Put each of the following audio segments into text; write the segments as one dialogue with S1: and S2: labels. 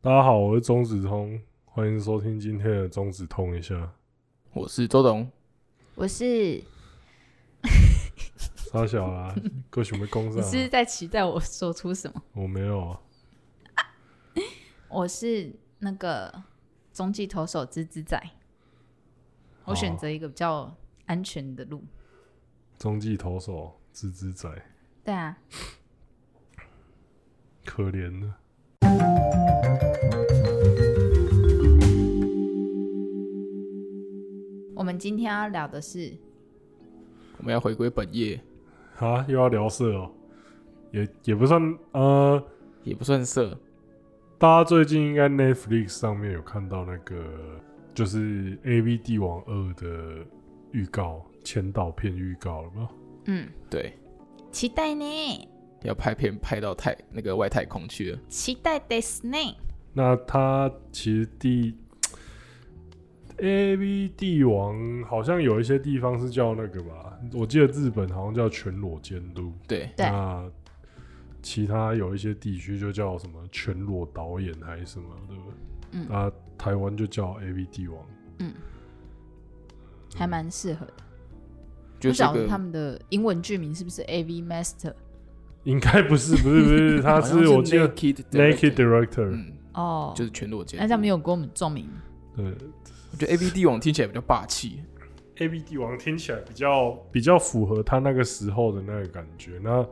S1: 大家好，我是钟子通，欢迎收听今天的钟子通一下。
S2: 我是周董，
S3: 我是
S1: 傻小 啊，各什么公
S3: 你是不是
S1: 上？
S3: 在期待我说出什么？
S1: 我没有啊，
S3: 我是那个中继投手之之仔，
S2: 哦
S3: 我选择一个比较安全的路。
S1: 中继投手芝芝仔，
S3: 对啊，
S1: 可怜了。
S3: 我们今天要聊的是
S2: 我们要回归本业，
S1: 啊，又要聊色哦，也也不算呃，
S2: 也不算色，
S1: 大家最近应该 Netflix 上面有看到那个就是 A V 帝王二的预告前导片预告了吗？
S3: 嗯，
S2: 对，
S3: 期待呢，
S2: 要拍片拍到太那个外太空去了，
S3: 期待 this 呢。
S1: 那他其实第 A V 帝王好像有一些地方是叫那个吧，我记得日本好像叫全裸监督，
S2: 对，
S3: 对
S1: 那其他有一些地区就叫什么全裸导演还是什么，对不对？
S3: 嗯
S1: 那台湾就叫 A V 帝王，
S3: 嗯，还蛮适合的。
S2: 就
S3: 不
S2: 是
S3: 晓得
S2: 个
S3: 他们的英文剧名是不是 A V Master？
S1: 应该不是，不是，不 是，他
S2: 好像是
S1: 我记得
S2: naked
S1: Naked
S2: Director，
S1: Director，
S2: 嗯，
S3: 哦，
S2: 就是全裸肩。
S3: 那他们有给我们证明。
S1: 对
S2: 我觉得 A B D 网听起来比较霸气，
S1: A B 帝王听起来比较比较符合他那个时候的那个感觉。那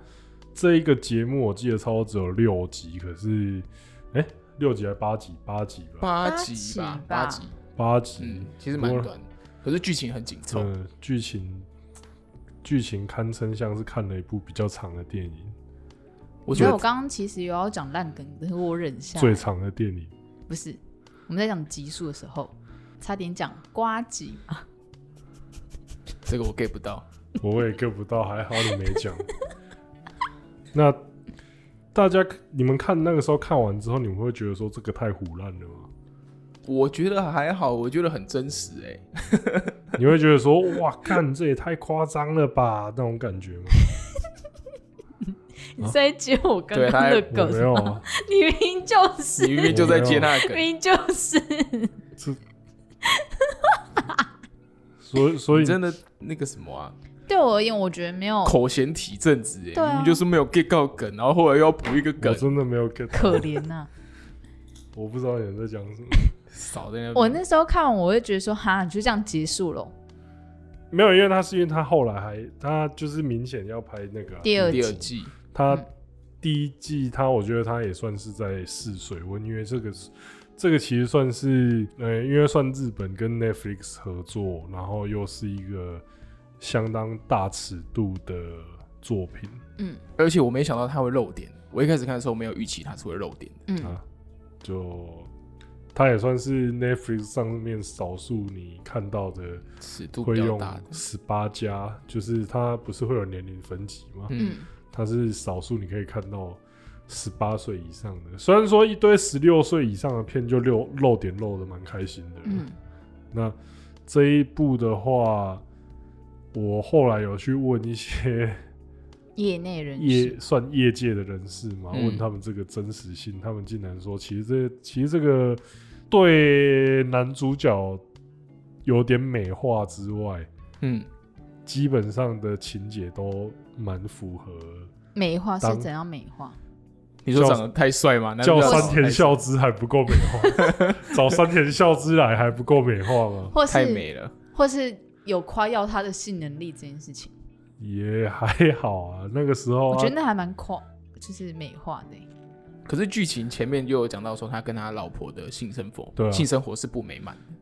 S1: 这一个节目我记得差不多只有六集，可是哎、诶六集还八集？八集吧，
S2: 八
S3: 八
S2: 集吧
S3: 集，吧
S2: 八集，
S1: 八集
S2: 嗯。，其实蛮
S1: 多了
S2: 短，可是剧情很紧凑，
S1: 呃，剧情剧情堪称像是看了一部比较长的电影，
S2: 我觉
S3: 所以我
S2: 得
S3: 刚刚其实有要讲烂梗，可是我忍下来。
S1: 最长的电影。
S3: 不是，我们在讲集数的时候，差点讲瓜集。
S2: 这个我 get 不到，
S1: 我也 get 不到，还好你没讲。 那大家你们看那个时候看完之后，你们会觉得说这个太胡乱了吗？
S2: 我觉得还好，我觉得很真实哎、
S1: 你会觉得说，哇，看这也太夸张了吧，那种感觉吗？
S3: 你是在接我刚
S2: 对他
S3: 刚
S2: 还
S3: 的
S1: 我
S3: 梗
S1: 没？有啊，
S3: 你明明就 是，
S2: 你明明就在接那个
S3: 明
S2: 梗，
S3: 明就是，
S1: 所以所以
S2: 你真的那个什么啊，
S3: 对我而言，我觉得没有
S2: 口嫌体正直哎、
S3: 哦对啊
S2: 你就是没有 get 到梗，然后后来又要补一个
S1: 我
S2: 梗，
S1: 真的没有 get，
S3: 可怜啊呐、
S1: 我不知道你们在讲什么。
S2: 少在那边。
S3: 我那时候看完，我会觉得说，哈，就这样结束了。
S1: 没有，因为他是因为他后来还他就是明显要拍那个啊、
S3: 第二
S2: 第二
S3: 集，
S2: 季，
S1: 他
S3: 嗯
S1: 第一季他我觉得他也算是在试水温，因为这个是这个其实算是呃，因为算日本跟 Netflix 合作，然后又是一个相当大尺度的作品
S3: 嗯
S2: 而且我没想到它会漏点。我一开始看的时候没有预期它是会漏点的，
S3: 嗯，
S1: 啊，就他也算是 Netflix 上面少数你看到的
S2: 尺度
S1: 会
S2: 比较
S1: 用
S2: 大的。
S1: 十八加，就是它不是会有年龄分级吗？
S2: 嗯，
S3: 嗯，
S1: 它是少数你可以看到十八岁以上的。虽然说一堆十六岁以上的片就漏漏点漏的蛮开心的，
S3: 嗯，
S1: 那这一部的话，我后来有去问一些
S3: 业内人士，
S1: 业算业界的人士嘛，
S2: 嗯
S1: 问他们这个真实性，他们竟然说，其实这其实这个对男主角有点美化之外。
S2: 嗯，
S1: 基本上的情节都蛮符合，
S3: 美化是
S1: 当
S3: 怎样美化？
S2: 你说
S1: 叫
S2: 长得太帅吗？
S1: 叫
S2: 难道
S1: 山田孝
S2: 太
S1: 之还不够美化，找山田孝之来还不够美化吗？
S3: 或
S2: 太
S3: 是
S2: 美了，
S3: 或是有夸耀他的性能力这件事情，
S1: 也还好啊，那个时候、
S3: 我
S1: 啊
S3: 觉得、那还蛮夸，就是美化的欸、
S2: 可是剧情前面又有讲到说他跟他老婆的性生活，
S1: 对啊
S2: 性生活是不美满的。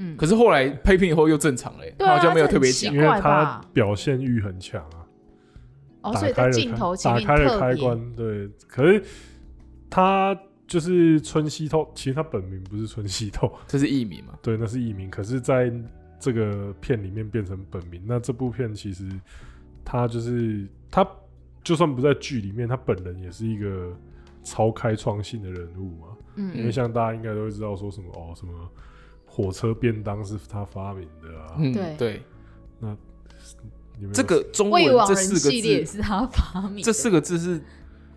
S3: 嗯，
S2: 可是后来配片以后又正常了耶，
S3: 对啊
S2: 他好像没有
S3: 这
S2: 特别
S3: 很奇
S2: 讲
S1: 因
S3: 怪。
S1: 为
S3: 怪
S1: 他
S3: 吧
S1: 表现欲很强啊，
S3: 哦，
S1: 打
S3: 所以
S1: 开
S3: 在
S1: 了
S3: 镜头前
S1: 开
S3: 面
S1: 打开了
S3: 特
S1: 开
S3: 别，
S1: 关，对。可是他就是春熙透，其实他本名不是春熙透，
S2: 这是艺名嘛？
S1: 对，那是艺名。可是在这个片里面变成本名，那这部片其实他就是他，就算不在剧里面，他本人也是一个超开创性的人物嘛。因为
S3: 嗯，
S1: 像大家应该都会知道，说什么哦，什么火车便当是他发明的啊。
S2: 嗯，
S3: 对
S2: 对，
S1: 你们有
S2: 这个中文
S3: 未亡
S2: 这
S3: 人
S2: 四个
S3: 系列也
S2: 字，
S3: 是他发明的，
S2: 这四个字是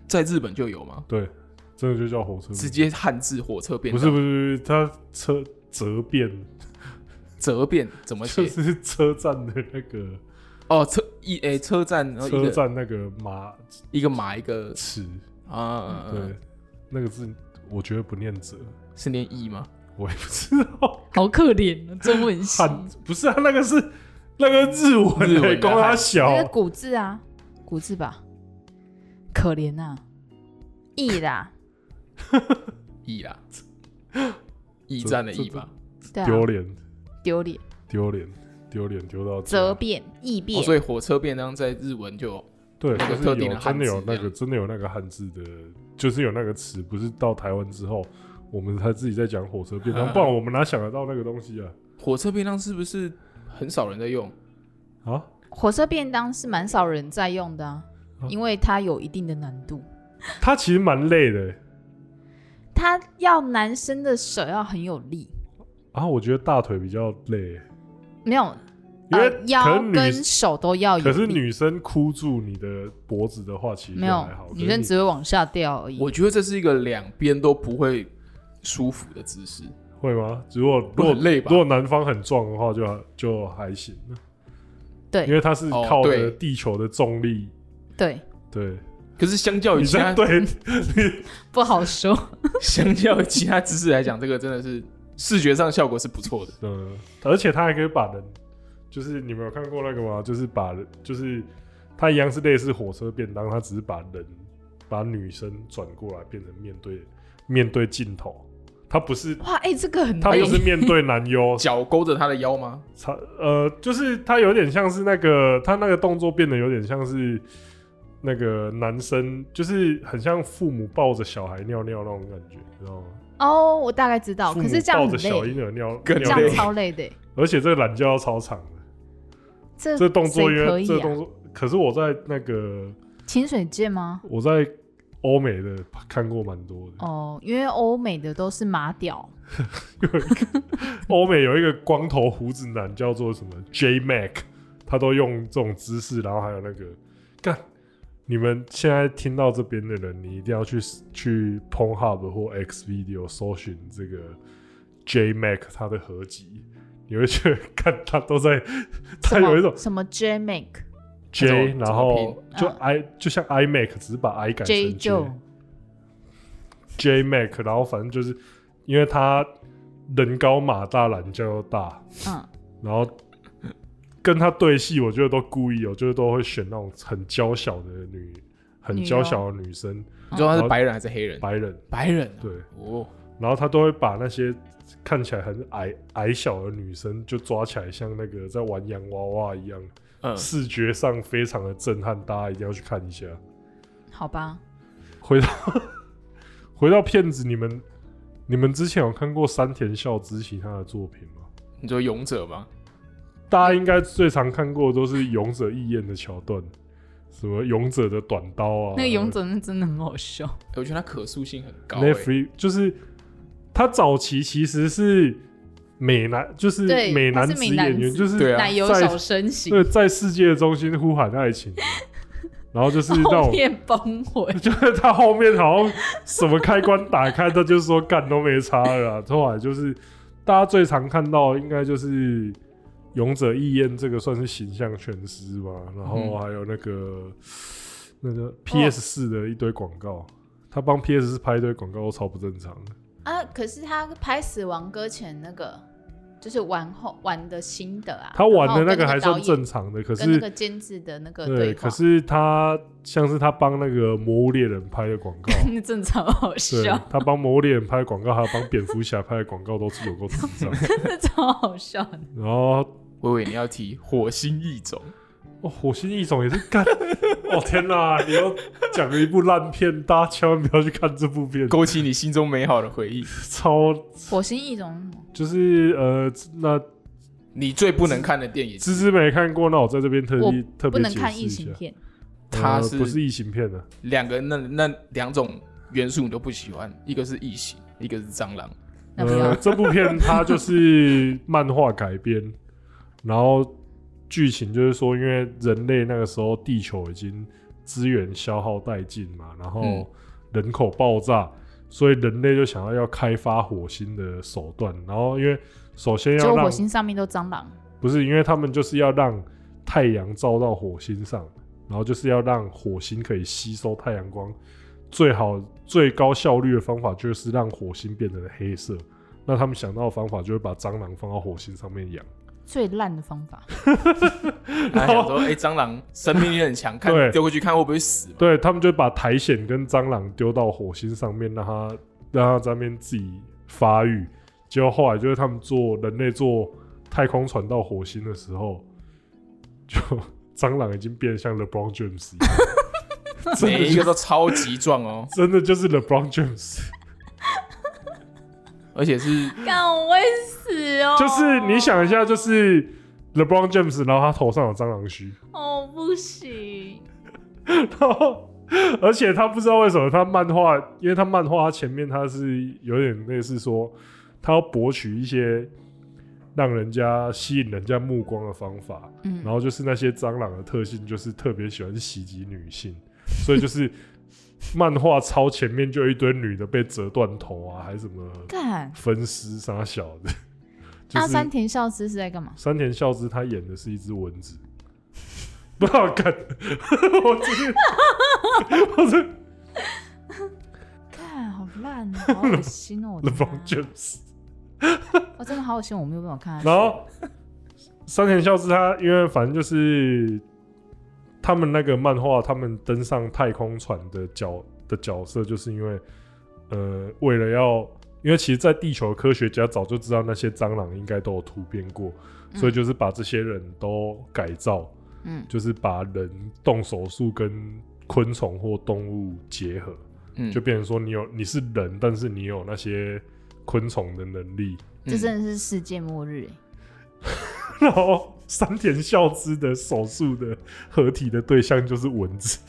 S2: 在日本就有吗？
S1: 对，真的就叫火车
S2: 直接汉字火车变
S1: 嗯不是
S2: 道，
S1: 不是，它车折变
S2: 折变怎么写？
S1: 就是车站的那个
S2: 哦，车一诶车站，然后一
S1: 车
S2: 个
S1: 站那个马
S2: 一个马一个
S1: 齿，
S2: 啊，嗯
S1: 对，，那个字我觉得不念折，
S2: 是念义吗？
S1: 我也不知道
S3: 好可怜啊，中 文系
S1: 汉不是啊，那个是那个日
S2: 日
S1: 文
S2: 文啊
S1: 欸，
S2: 的
S1: 供他
S2: 汉
S3: 那
S1: 小
S3: 个古字啊，古字吧，可怜呐、啊，义啦，
S2: 义 啦，驿站的
S1: 这
S2: 驿吧。
S3: 对啊，
S1: 丢脸
S3: 丢脸，
S1: 丢脸丢脸丢到
S3: 责
S1: 这
S3: 变，异变，
S2: 哦，所以火车便当在日文就
S1: 对，
S2: 那个
S1: 就是
S2: 特定
S1: 有
S2: 的
S1: 真
S2: 汉
S1: 的
S2: 字
S1: 有那
S2: 这
S1: 个
S2: 样
S1: 真的有那个汉字的，就是有那个词，不是到台湾之后。我们才自己在讲火车便当，
S2: 嗯
S1: 不然我们哪想得到那个东西啊？
S2: 火车便当是不是很少人在用？
S1: 啊，
S3: 火车便当是蛮少人在用的啊
S1: 啊，
S3: 因为它有一定的难度，
S1: 它其实蛮累的欸、
S3: 它要男生的手要很有力，
S1: 啊，我觉得大腿比较累，欸
S3: 没有，
S1: 因为
S3: 呃，腰
S1: 可能
S3: 跟
S1: 女
S3: 手都要哦有
S1: 可是
S3: 力
S1: 女生箍住你的脖子的话，其实
S3: 没
S1: 就
S3: 有
S1: 还好。，可
S3: 女
S1: 是
S3: 生只会往下掉而已。
S2: 我觉得这是一个两边都不会舒服的姿势，
S1: 会吗？如果如
S2: 不
S1: 果
S2: 很累吧
S1: 如？果男方很壮的话就，就还行了
S3: 对
S1: 因为他是
S2: 哦
S1: 靠着
S2: 对
S1: 地球的重力。
S3: 对，
S1: 对，
S2: 可是相较于
S1: 你
S2: 哦其
S1: 这
S2: 他
S1: 样， 对，
S3: 不好说。
S2: 相较于其他姿势来讲，这个真的是视觉上效果是不错的。
S1: 嗯，而且他还可以把人，就是你们有看过那个吗？就是把人，就是他一样是类似火车便当，他只是把人把女生转过来变成面对面对镜头，他不是
S3: 哇，哎、这个很
S1: 他
S3: 累
S1: 不是面对男 优，
S2: 脚勾着他的腰吗？
S1: 差呃，就是他有点像是那个，他那个动作变得有点像是那个男生，就是很像父母抱着小孩尿尿那种感觉，你知道吗？
S3: 哦，我大概知道，
S1: 父
S3: 可
S1: 母
S3: 是这样
S1: 抱
S3: 很
S1: 着小
S3: 累，
S1: 婴儿尿
S2: 更
S1: 尿
S3: 这样
S1: 尿
S2: 累，
S3: 超累的、
S1: 而且这个懒觉要超长的，
S3: 这
S1: 这动作因
S3: 谁可
S1: 为、
S3: 以
S1: 这
S3: 啊
S1: 动作，可是我在那个
S3: 清水剑吗？
S1: 我在欧美的看过蛮多的，
S3: 哦，因为欧美的都是马屌，
S1: 欧美有一个光头胡子男叫做什么 J Mac，他都用这种姿势，然后还有那个干。你们现在听到这边的人，你一定要去去 Pornhub 或 X Video 搜寻这个 J Mac 他的合集，你会觉得看他都 在， 他
S3: 什么
S1: 有一种
S3: 什么 J Make
S2: 怎么
S1: J，
S2: 怎么
S1: 然后
S2: 拼
S1: 就
S3: 嗯
S1: I、就像 I Mac，只是把 I 改
S3: J
S1: 成 J
S3: Joe，
S1: J Mac，然后反正就是因为他人高马大，懒觉又大，
S3: 嗯，
S1: 然后跟他对戏，我觉得都故意哦，就是都会选那种很娇小的女，很
S3: 女
S1: 娇
S3: 优
S1: 小的女生，
S2: 你说他是白人还是黑人？
S1: 白人，
S2: 白人啊、
S1: 哦对，
S2: 哦，
S1: 然后他都会把那些看起来很矮矮小的女生就抓起来，像那个在玩洋娃娃一样，
S2: 嗯，
S1: 视觉上非常的震撼，大家一定要去看一下。
S3: 好吧，
S1: 回到 回到片子，你们你们之前有看过山田孝之其他的作品吗？
S2: 你说勇者吗？
S1: 大家应该最常看过的都是《勇者义彦》的桥段，什么《勇者的短刀》啊，
S3: 那个勇者那真的很好笑，
S2: 我觉得他可塑性很高、欸。
S1: Netflix 就是他早期其实是美男，就是
S3: 对
S1: 美男
S3: 他
S1: 子
S3: 是美男
S1: 演员，
S3: 子
S1: 就是
S2: 对啊
S3: 奶油
S1: 在
S3: 小身形，
S1: 对在世界的中心呼喊爱情，然后 就是那
S3: 后
S1: 种。，
S3: 面崩毁
S1: 就是他后面好像什么开关打开，他就说干都没差了啊。 后来就是大家最常看到，应该就是《勇者义彦》这个算是形象全师吧，然后
S2: 嗯
S1: 还有那个、那
S3: 哦
S1: 个 PS 四的一堆广告，他帮 PS 四拍一堆广告都超不正常的。
S3: 啊，可是他拍《死亡搁浅》那个，就是玩后玩的心得啊，
S1: 他玩的那
S3: 然后跟那
S1: 个
S3: 个
S1: 还
S3: 导
S1: 算
S3: 演
S1: 正常的，可
S3: 跟那
S1: 是
S3: 个监制的那个
S1: 对，
S3: 话
S1: 可 是他像是他帮那个《魔物猎人》拍的广 告。
S3: 那正常好
S1: 对
S3: 笑，
S1: 他帮魔物猎人拍的广告，还有帮蝙蝠侠拍的广告，都是有够智 障。
S3: 那超好笑的。
S1: 然后
S2: 微微，你要提火星异种，
S1: 哦，火星异种也是干， 哦天哪！你又讲了一部烂片，大家千万不要去看这部片，
S2: 勾起你心中美好的回忆。
S1: 超
S3: 火星异种是什么
S1: 就是呃，那
S2: 你最不能看的电影，
S1: 芝芝没看过，那我在这边特
S3: 我
S1: 地特
S3: 不
S1: 别
S3: 能
S1: 解
S3: 看
S1: 释
S3: 异
S1: 一
S3: 形
S1: 下，
S3: 片，
S2: 它
S1: 呃
S2: 是
S1: 不是异形片的？
S2: 两个那那两种元素你都不喜欢，一个是异形，一个是蟑 螂。
S3: 那不要
S1: 呃，。这部片它就是漫画改编，然后剧情就是说，因为人类那个时候地球已经资源消耗殆尽嘛，然后
S2: 嗯
S1: 人口爆炸，所以人类就想要要开发火星的手段，然后因为首先要
S3: 就
S1: 让
S3: 火星上面都蟑螂，
S1: 不是，因为他们就是要让太阳照到火星上，然后就是要让火星可以吸收太阳光。最好最高效率的方法就是让火星变成黑色。那他们想到的方法就是把蟑螂放到火星上面养。
S3: 最烂的方法。
S2: 然后想说，哎、蟑螂生命力很强，看
S1: 对
S2: 丢过去看会不会死嘛？
S1: 对他们就把苔藓跟蟑螂丢到火星上面，让它让它在那边自己发育。结果后来就是他们做人类做太空船到火星的时候，就 蟑螂已经变得像 LeBron James 一样。 真
S2: 每
S1: 的
S2: 一
S1: 就
S2: 个都超级壮哦，
S1: 真的就是 LeBron James，、
S2: 而且是
S3: 干，我会死哦！
S1: 就是你，想一下，就是 LeBron James，然后他头上有蟑螂须，
S3: 哦，不行，
S1: 然后而且他不知道为什么他漫画，因为他漫画他前面他是有点类似说，他要博取一些让人家吸引人家目光的方法，
S3: 嗯
S1: 然，后就是那些蟑螂的特性就是特别喜欢袭击女性，所以就是漫画超前面就有一堆女的被折断头啊，还是什么
S3: 干。
S1: 分尸杀小的。就
S3: 那
S1: 是。
S3: 山田孝之是在干嘛？
S1: 山田孝之他演的是一只蚊子， 不好看。 我真的，我真的
S3: 干，好 烂，哦，好恶心哦！我的
S1: LeBron
S3: 妈
S1: James。
S3: 我哦真的好恶心，我没有办法看下去。
S1: 然后山田孝之他因为反正就是他们那个漫画，他们登上太空船的角的角色，就是因为呃为了要。因为其实，在地球的科学家早就知道那些蟑螂应该都有突变过，
S3: 嗯
S1: 所以就是把这些人都改造，
S3: 嗯
S1: 就是把人动手术跟昆虫或动物结合，
S2: 嗯，
S1: 就变成说你有你是人，但是你有那些昆虫的能力。
S3: 这
S2: 嗯
S3: 真的是世界末日欸，
S1: 然后山田孝之的手术的合体的对象就是蚊子，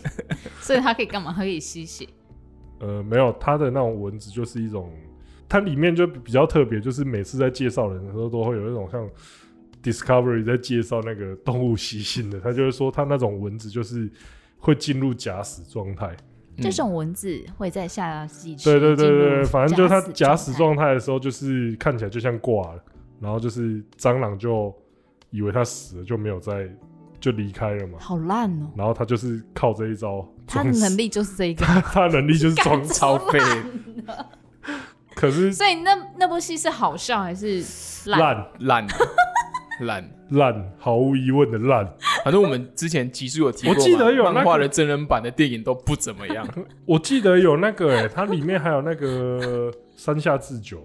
S3: 所以他可以干嘛？他可以吸血。
S1: 呃，没有它的那种蚊子就是一种，它里面就比较特别，就是每次在介绍人的时候都会有一种像 Discovery 在介绍那个动物习性的，他就会说它那种蚊子就是会进入假死状态。
S2: 嗯
S3: 这种蚊子会在夏季区
S1: 对对对
S3: 进入
S1: 对，对反正就是它假死
S3: 死
S1: 状态的时候，就是看起来就像挂了，然后就是蟑螂就以为它死了，就没有再就离开了嘛
S3: 态，。好烂哦！
S1: 然后他就是靠这一招
S3: 他
S1: 装
S3: 的
S1: 死，
S3: 能力就是这一个，
S1: 他的能力就是装
S3: 干
S1: 死。
S2: 超废，
S1: 可是
S3: 所以那那部戏是好笑还是烂？
S1: 烂
S2: 烂 烂。
S1: 烂，毫无疑问的烂。
S2: 反正我们之前集数有提过嘛，
S1: 我记得有那个
S2: 漫画的真人版的电影都不怎么样，
S1: 我记得有那个、欸，它里面还有那个山下智久，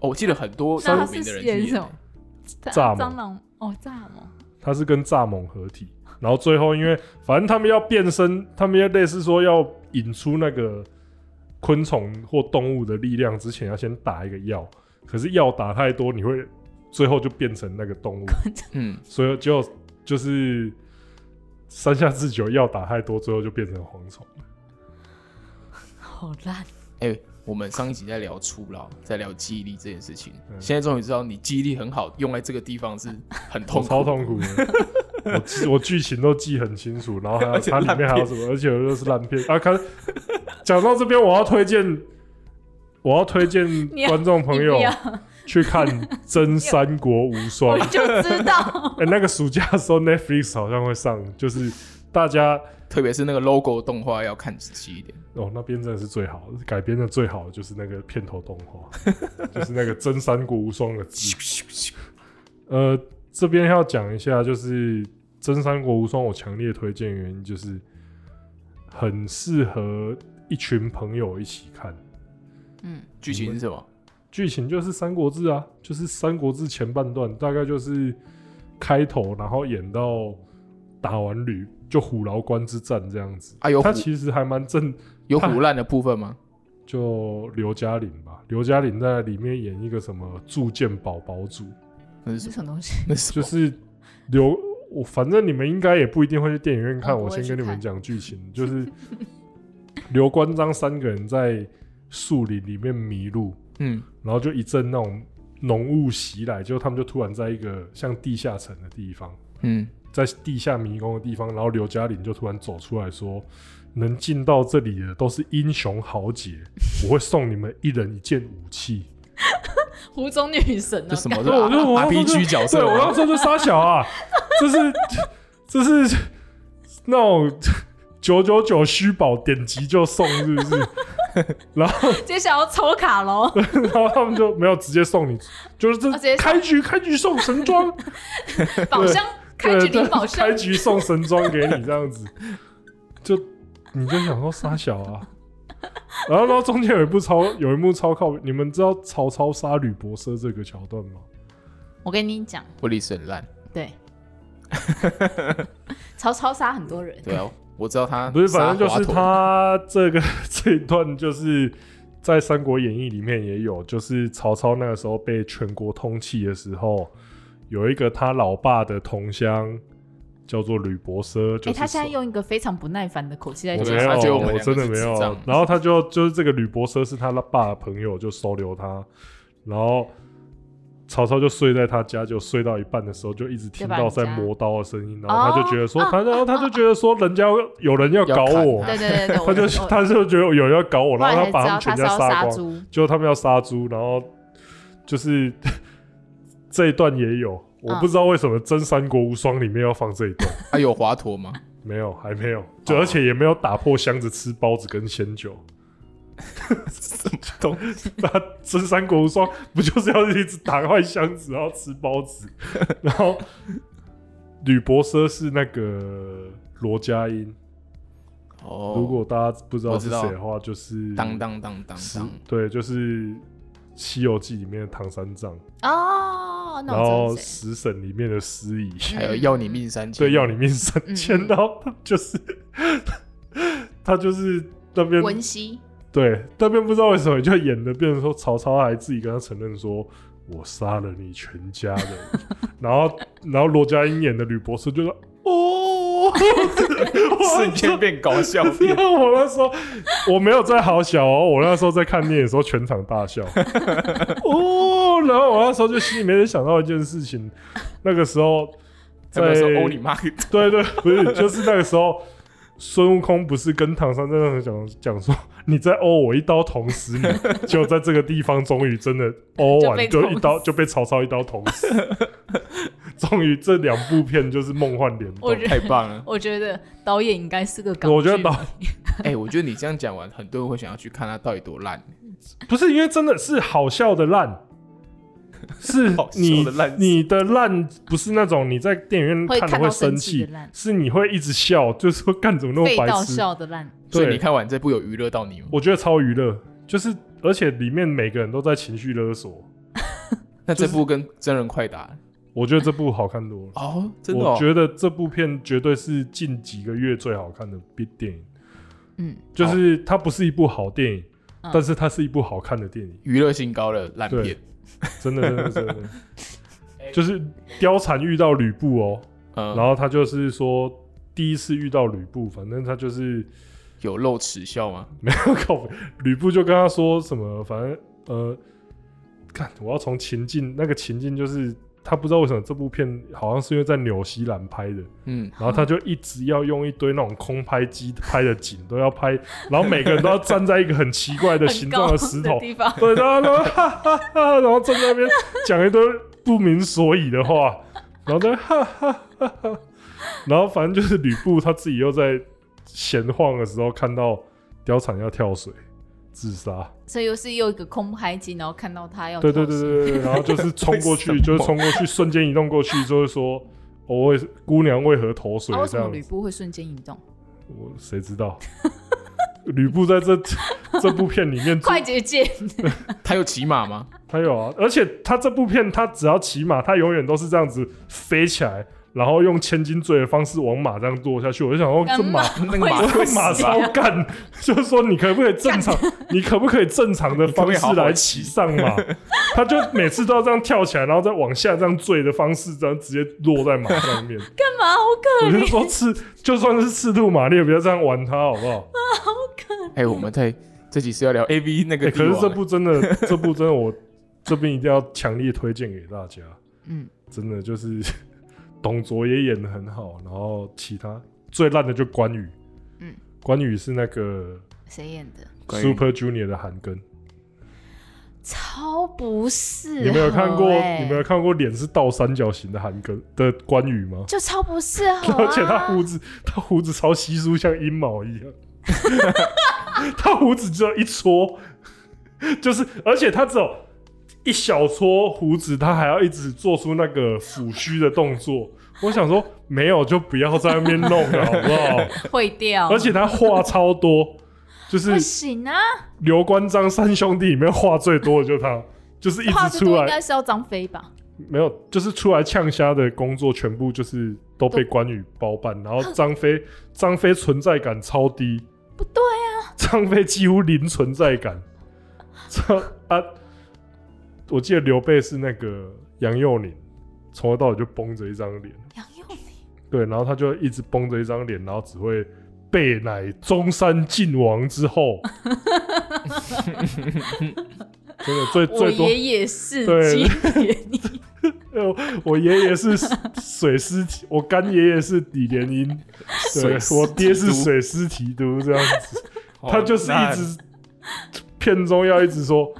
S2: 哦，我记得很多
S3: 那
S2: 有
S3: 他
S2: 名的
S3: 是
S2: 人
S3: 演
S2: 去
S3: 什
S2: 演
S3: 么？
S1: 蚱蜢
S3: 蟑螂哦，蚱蜢。
S1: 他是跟蚱蜢合体，然后最后因为反正他们要变身，他们要类似说要引出那个昆虫或动物的力量之前，要先打一个药，可是药打太多，你会最后就变成那个动物，
S2: 嗯，
S1: 所以就就是山下智久药打太多，最后就变成蝗虫。
S3: 好烂，
S2: 哎、我们上一集在聊初老，在聊记忆力这件事情，
S1: 嗯
S2: 现在终于知道你记忆力很好，用在这个地方是很
S1: 我
S2: 痛 苦，
S1: 超痛 苦的。我记我剧情都记很清楚，然后还有
S2: 而且
S1: 它里面还有什么，而且又是烂片啊！看，讲到这边，我要推荐，我要推荐
S3: 你要
S1: 观众朋友
S3: 你不要哦
S1: 去看《真三国无双
S3: 我》。就知 道
S1: 哎、那个暑假的时候，Netflix 好像会上，就是大家
S2: 特别是那个 logo 动画要看仔细一点。
S1: 哦，那边真的是最好的，改编的最好的就是那个片头动画， 就是那个“真三国无双”的字。呃，这边要讲一下，就是《真三国无双》，我强烈推荐的原因就是很适合一群朋友一起看。
S3: 嗯
S2: 剧情是什么？
S1: 剧情就是《三国志》啊，就是《三国志》前半段，大概就是开头，然后演到打完吕就虎牢关之战这样子。
S2: 啊，有虎
S1: 它其实还蛮正，
S2: 有虎烂的部分吗？
S1: 就刘嘉玲吧，刘嘉玲在里面演一个什么铸剑堡堡主，
S2: 那是
S3: 是
S2: 什么？
S3: 什么东西？
S2: 那是什
S1: 就
S2: 么？
S1: 是刘我反正你们应该也不一定会去电影院看，
S3: 我
S1: 我
S3: 不会
S1: 先
S3: 去
S1: 跟你们
S3: 看
S1: 讲剧情，就是刘关张三个人在树林里面迷路，
S2: 嗯
S1: 然后就一阵那种浓雾袭来，结果他们就突然在一个像地下城的地方，
S2: 嗯，
S1: 在地下迷宫的地方，然后刘嘉玲就突然走出来说：“能进到这里的都是英雄豪杰，我会送你们一人一件武器。
S3: 湖中女神啊
S2: 这
S3: 呢？
S2: 什么？这
S1: 对我就我
S2: R
S1: 要说
S2: P
S1: 这
S2: G
S3: 哦
S2: 角
S1: 对，
S2: 色
S1: 我要
S2: 吗？
S1: 说这傻小啊， 这是这是那种九九九虚宝点击就送，是不是？
S3: 接下来要抽 卡喽，
S1: 然后他们就没有直接送你，就是
S3: 哦直
S1: 这
S3: 接送
S1: 开局开局送神装，
S3: 宝箱开
S1: 对
S3: 局领
S1: 对
S3: 宝箱
S1: 开，局送神装给你这样子， 就你就想说傻小啊。 然后，然后中间有一部超有一幕超靠，你们知道曹操杀吕伯奢这个桥段吗？
S3: 我跟你讲，
S2: 我历史很烂，
S3: 对，曹操杀很多人，
S2: 对啊，我知道他
S1: 不是，反正就
S2: 杀华
S1: 是
S2: 佗，
S1: 他这个 这一段就是在《三国演义》里面也有，就是曹操那个时候被全国通缉的时候，有一个他老爸的同乡叫做吕伯奢，就
S3: 哎，
S1: 是
S3: 他现在
S1: 说
S3: 用一个非常不耐烦的口气在
S1: 我
S3: 讲
S2: 觉
S1: 没
S2: 得他觉
S1: 有，
S2: 得我们
S1: 我
S2: 两个
S1: 真的
S2: 是
S1: 没
S2: 智
S1: 有
S2: 障。
S1: 然后他就就是这个吕伯奢是他爸的朋友，就收留他，然后曹操就睡在他家，就睡到一半的时候，就一直听
S3: 就把
S1: 到
S3: 人家
S1: 在磨刀的声音，然后他就觉得说，
S3: 哦
S1: 他然后他就觉得说，人家有人要
S2: 要
S1: 搞
S2: 砍
S1: 我
S2: 他，
S3: 对对 对对，
S1: 他
S3: 我
S1: 就
S3: 我
S1: 他就觉得有人要搞我，
S3: 后
S1: 然后
S3: 来才
S1: 他把他
S3: 知道
S1: 们全
S3: 他是
S1: 家
S3: 要杀
S1: 光，
S3: 猪，
S1: 结果他们要杀猪，然后就是 这一段也有，我
S3: 嗯
S1: 不知道为什么《真三国无双》里面要放这一段。
S2: 他有华佗吗？
S1: 没有，还没有，就而且也没有打破箱子吃包子跟鲜酒。
S2: 东
S1: 那真三国无双不就是要一直打坏箱子，然后吃包 子？然后吕伯奢是那个罗家英，
S2: 哦，
S1: 如果大家不知道是谁的话，就是
S2: 当当当当
S1: 是
S2: 当，
S1: 对，就是《西游记》里面的唐三藏，
S3: 哦，那
S1: 然后
S3: 我知道
S1: 《
S3: 是谁
S1: 食神》里面的司仪，
S2: 还有要你命三千，
S1: 对，要你命三
S3: 嗯
S1: 千，
S3: 嗯
S1: 然后他就是 他就是那边
S3: 文熙，
S1: 对，但并不知道为什么就演的变成说曹操还自己跟他承认说我杀了你全家 人，然后然后罗家英演的吕伯奢就说 哦，
S2: 瞬间变搞笑 片
S1: 然，后我那时候我没有在好小哦，我那时候在看电影的时候全场大 笑哦，然后我那时候就心里面想到一件事情，那个时候
S2: 他
S1: 在
S2: 们说欧你妈，
S1: 对对，不是，就是那个时候，孙悟空不是跟唐三藏讲讲说，你在殴我一刀捅死你， 结果在这个地方终于真的殴
S3: 就被
S1: 完就
S3: 捅
S1: 一刀就被曹操一刀捅 死，终于这两部片就是梦幻联动
S3: 我。觉
S2: 太
S3: 得
S2: 棒了！
S3: 我觉得导演应该是个港
S1: 我觉得
S3: 剧
S1: 导
S2: 哎，我觉得你这样讲完，很多人会想要去看他到底多烂，
S1: 不是因为真的是好笑的烂， 是
S2: 好笑
S1: 你
S2: 的烂
S1: 你的烂不是那种你在电影院
S3: 会
S1: 看了
S3: 看
S1: 会
S3: 到
S1: 生
S3: 生气
S1: 气
S3: 的，烂，
S1: 是你会一直笑，就是说干怎么那
S3: 废
S1: 么白
S3: 到
S1: 痴，
S3: 笑的烂，
S2: 所以
S1: 对
S2: 你看完这部有娱乐到你吗？
S1: 我觉得超娱乐，就是而且里面每个人都在情绪勒索，
S2: 那
S1: 就
S2: 这
S1: 是
S2: 部跟真人快打
S1: 我觉得这部好看多了。
S2: 哦， 真的
S1: 我
S2: 哦，
S1: 觉得这部片绝对是近几个月最好看的电电影，
S3: 嗯，
S1: 就是它不是一部好电影，
S3: 嗯
S1: 但是它是一部好看的电影，
S2: 娱乐性高的烂
S1: 对
S2: 片，
S1: 真的真的真的， 真的就是貂蝉遇到吕布哦、
S2: 嗯，
S1: 然后他就是说第一次遇到吕布，反正他就是
S2: 有露齿笑吗？
S1: 没有靠， 吕布就跟他说什么，反正呃，看我要从情境那个情境就是他不知道为什么这部片好像是因为在纽西兰拍的，
S2: 嗯，
S1: 然后他就一直要用一堆那种空拍机拍的景都要拍，然后每个人都要站在一个很奇怪的
S3: 很
S1: 形
S3: 高
S1: 状的石头，
S3: 地方，
S1: 对，然后然后哈哈哈，然后站在那边讲一堆不明所以的话，然后在哈哈哈哈，然后反正就是吕布他自己又在闲晃的时候看到貂蝉要跳水自杀，
S3: 所以又是又一个空拍机，然后看到他要
S1: 对对
S3: 跳
S1: 对
S3: 绳
S1: 对对，然后就是冲过
S2: 为什
S1: 去，
S2: 么
S1: 就是冲过去，瞬间移动过去，就是说。我为姑娘为何投水
S3: 啊，为？什
S1: 这
S3: 么
S1: 样
S3: 吕
S1: 子，
S3: 布会瞬间移 动？
S1: 我谁知道？吕布在这这部片里面最
S3: 快捷键，
S2: 他有骑 马吗？
S1: 他有啊，而且他这部片，他只要骑马，他永远都是这样子飞起来，然后用千斤坠的方式往马这样落下去。我就想说，哦
S3: 干
S1: 这马
S3: 嘛
S2: 那个马
S3: 会
S1: 这 马
S2: 死吧
S1: 超干，就是说你可不可以正常，你可不可以正常的
S2: 可不
S1: 方
S2: 可以好好
S1: 式来骑上马？他就每次都要这样跳起来，然后再往下这样坠的方式，这样直接落在马上面。
S3: 干嘛？好可
S1: 我就
S3: 怜，
S1: 说赤，就算是赤兔马，你也不要这样玩它，好不好？
S2: 哎，我们在这集是要聊 A V 那
S1: 欸
S2: 个帝
S1: 可
S2: 啊
S1: 是
S2: 王，
S1: 这部真的，这部真的我这边一定要强烈推荐给大家。
S3: 嗯，
S1: 真的就是 董卓也演的很好，然后其他最烂的就关羽，
S3: 嗯，
S1: 关羽是那个
S3: 谁演的？
S2: 关于
S1: Super Junior 的韩庚，
S3: 超不适合、欸，
S1: 你没有看过？你没有看过脸是倒三角形的韩庚的关羽吗？
S3: 就超不适合、啊。
S1: 而且他胡子，他胡子超稀疏，像阴毛一样。 他胡子只有一撮，就是而且他只有一小撮胡子，他还要一直做出那个抚须的动作。我想说，没有就不要在那边弄了，好不 好？
S3: 会掉，
S1: 而且他话超多，就是
S3: 不行啊！
S1: 刘关张三兄弟里面话最多的就是他，就是一
S3: 话
S1: 直
S3: 最
S1: 出
S3: 多应
S1: 来
S3: 该是要张飞吧？
S1: 没有，就是出来呛虾的工作全部就是都被关羽包办，然后张 飞张飞存在感超低，
S3: 不对啊，
S1: 张飞几乎零存在感。 这啊，我记得刘备是那个杨佑宁，从头到尾就绷着一张脸，
S3: 杨佑宁
S1: 对，然后他就一直绷着一张脸，然后只会备乃中山靖王之后， 真的最
S3: 我
S1: 最多
S3: 爷爷是
S1: 对
S3: 基连 你
S1: 呃， 我爷爷是水师提，我干爷爷是李连 英，对
S2: 水师
S1: 我爹是
S2: 提督
S1: 水师提督这样 子，
S3: 哦
S1: 他就是一
S2: 直
S1: 直片中要一直说，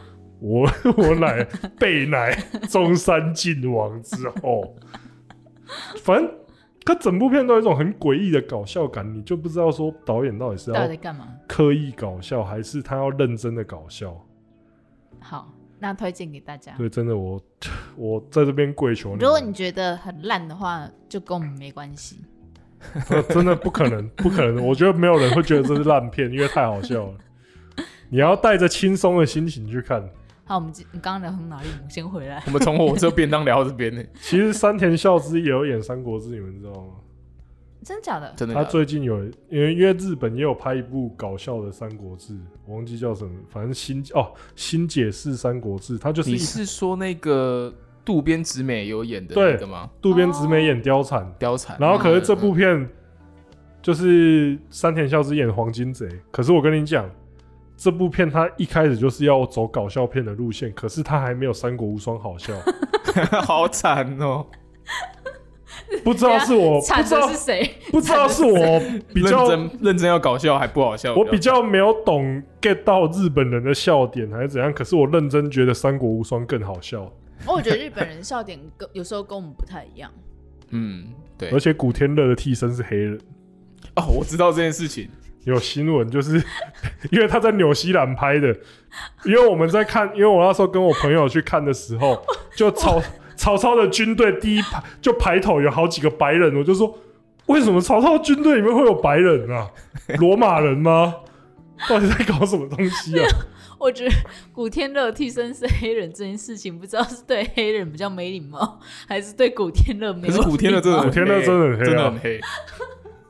S1: 我我乃被乃 中山靖王之后，反正他整部片都有一种很诡异的搞笑感，你就不知道说导演到底是
S3: 到底
S1: 要
S3: 在干嘛？
S1: 刻意搞笑，还是他要认真的搞笑。
S3: 啊好，那推荐给大家。
S1: 对，真的我我在这边跪求你们，
S3: 如果你觉得很烂的话，就跟我们没关系。
S1: 呃真的不可能，不可能！我觉得没有人会觉得这是烂片，因为太好笑了。你要带着轻松的心情去看。
S3: 好，我们今你刚刚聊到哪里？我们先回来。
S2: 我们从火车便当聊到这边欸呢，
S1: 其实山田孝之也有演《三国志》，你们知道吗？
S3: 真假的？
S2: 真的假
S1: 他
S2: 的。
S1: 最近有，因为因为日本也有拍一部搞笑的《三国志》，我忘记叫什么，反正新哦新解释《三国志》，他就是
S2: 你
S1: 一
S2: 是说那个渡边直美有演的那个吗？
S1: 渡边直美演貂蝉，
S2: 貂蝉。
S1: 然后可是这
S2: 嗯
S1: 部片就是山田孝之演黄金贼，可是我跟你讲，这部片它一开始就是要走搞笑片的路线，可是它还没有《三国无双》好笑，
S2: 嗯 好惨哦，
S1: 不知道是我不
S3: 惨
S1: 知
S3: 的
S1: 道
S3: 是谁？
S1: 不知道是我比较
S2: 认真认真要搞笑还不好笑，
S1: 我比较没有懂 get 到日本人的笑点还是怎样，可是我认真觉得《三国无双》更好笑，
S3: 哦我觉得日本人笑点跟有时候跟我们不太一样。
S2: 嗯对
S1: 而且古天乐的替身是黑人。
S2: 哦，我知道这件事情，
S1: 有新闻，就是 因为他在纽西兰拍的，因为我们在看，因为我那时候跟我朋友去看的时候，就曹曹操的军队第一排就排头有好几个白人，我就说为什么曹操军队里面会有白人啊？罗马人吗？到底在搞什么东西啊？
S3: 我觉得古天乐替身是黑人这件事情，不知道是对黑人比较没礼貌，还是对古天乐没
S2: 可
S3: 有
S2: 是古天乐真的
S3: 礼貌
S2: 很
S1: 古天乐
S2: 黑
S1: 真的很黑啊
S2: 真的很黑。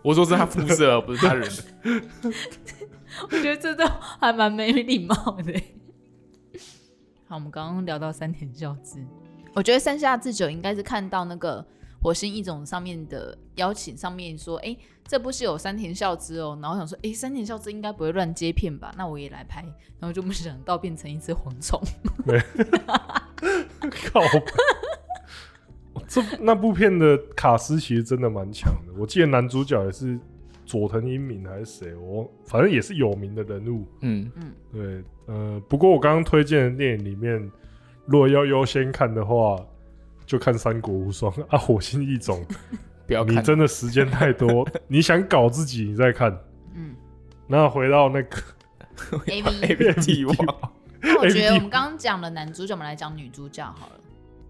S2: 我说是他肤色，不是他 人的。
S3: 我觉得这都还蛮没礼貌的。好，我们刚刚聊到三田孝之，我觉得山下智久应该是看到那个《火星异种》上面的邀请，上面说，哎、这部是有山田孝之哦，然后想说，哎、山田孝之应该不会乱接片吧？那我也来拍，然后就没想到变成一只蝗虫。
S1: 靠！这那部片的卡斯其实真的蛮强的，我记得男主角也是佐藤英明还是谁，我反正也是有名的人物。
S2: 嗯，
S1: 对，呃，不过我刚刚推荐的电影里面，如果要优先看的话，就看《三国无双》 啊，《火星异种
S2: 不要》。
S1: 你
S2: 看。
S1: 真的时间太 多，你想搞自己，你再看。
S3: 嗯
S1: 那回到那个，
S3: ，A V，
S2: A B T 王，
S3: 那我觉得我们刚刚讲了男主角，我们来讲女主角好了。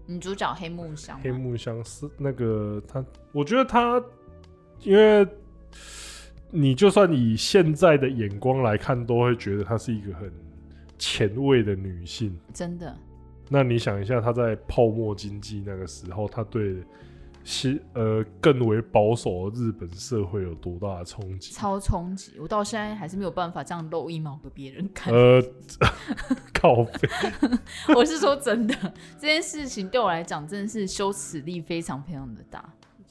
S3: 女主角黑木香嘛，
S1: 黑木香是那个他，我觉得他，因为你就算以现在的眼光来看，都会觉得她是一个很前卫的女性。
S3: 真的，
S1: 那你想一下，他在泡沫经济那个时候，他对西呃更为保守的日本社会有多大的冲击？
S3: 超冲击，我到现在还是没有办法这样露一毛给别人看。
S1: 呃， 靠背，
S3: 我是说真的，这件事情对我来讲真的是羞耻力非常非常的大，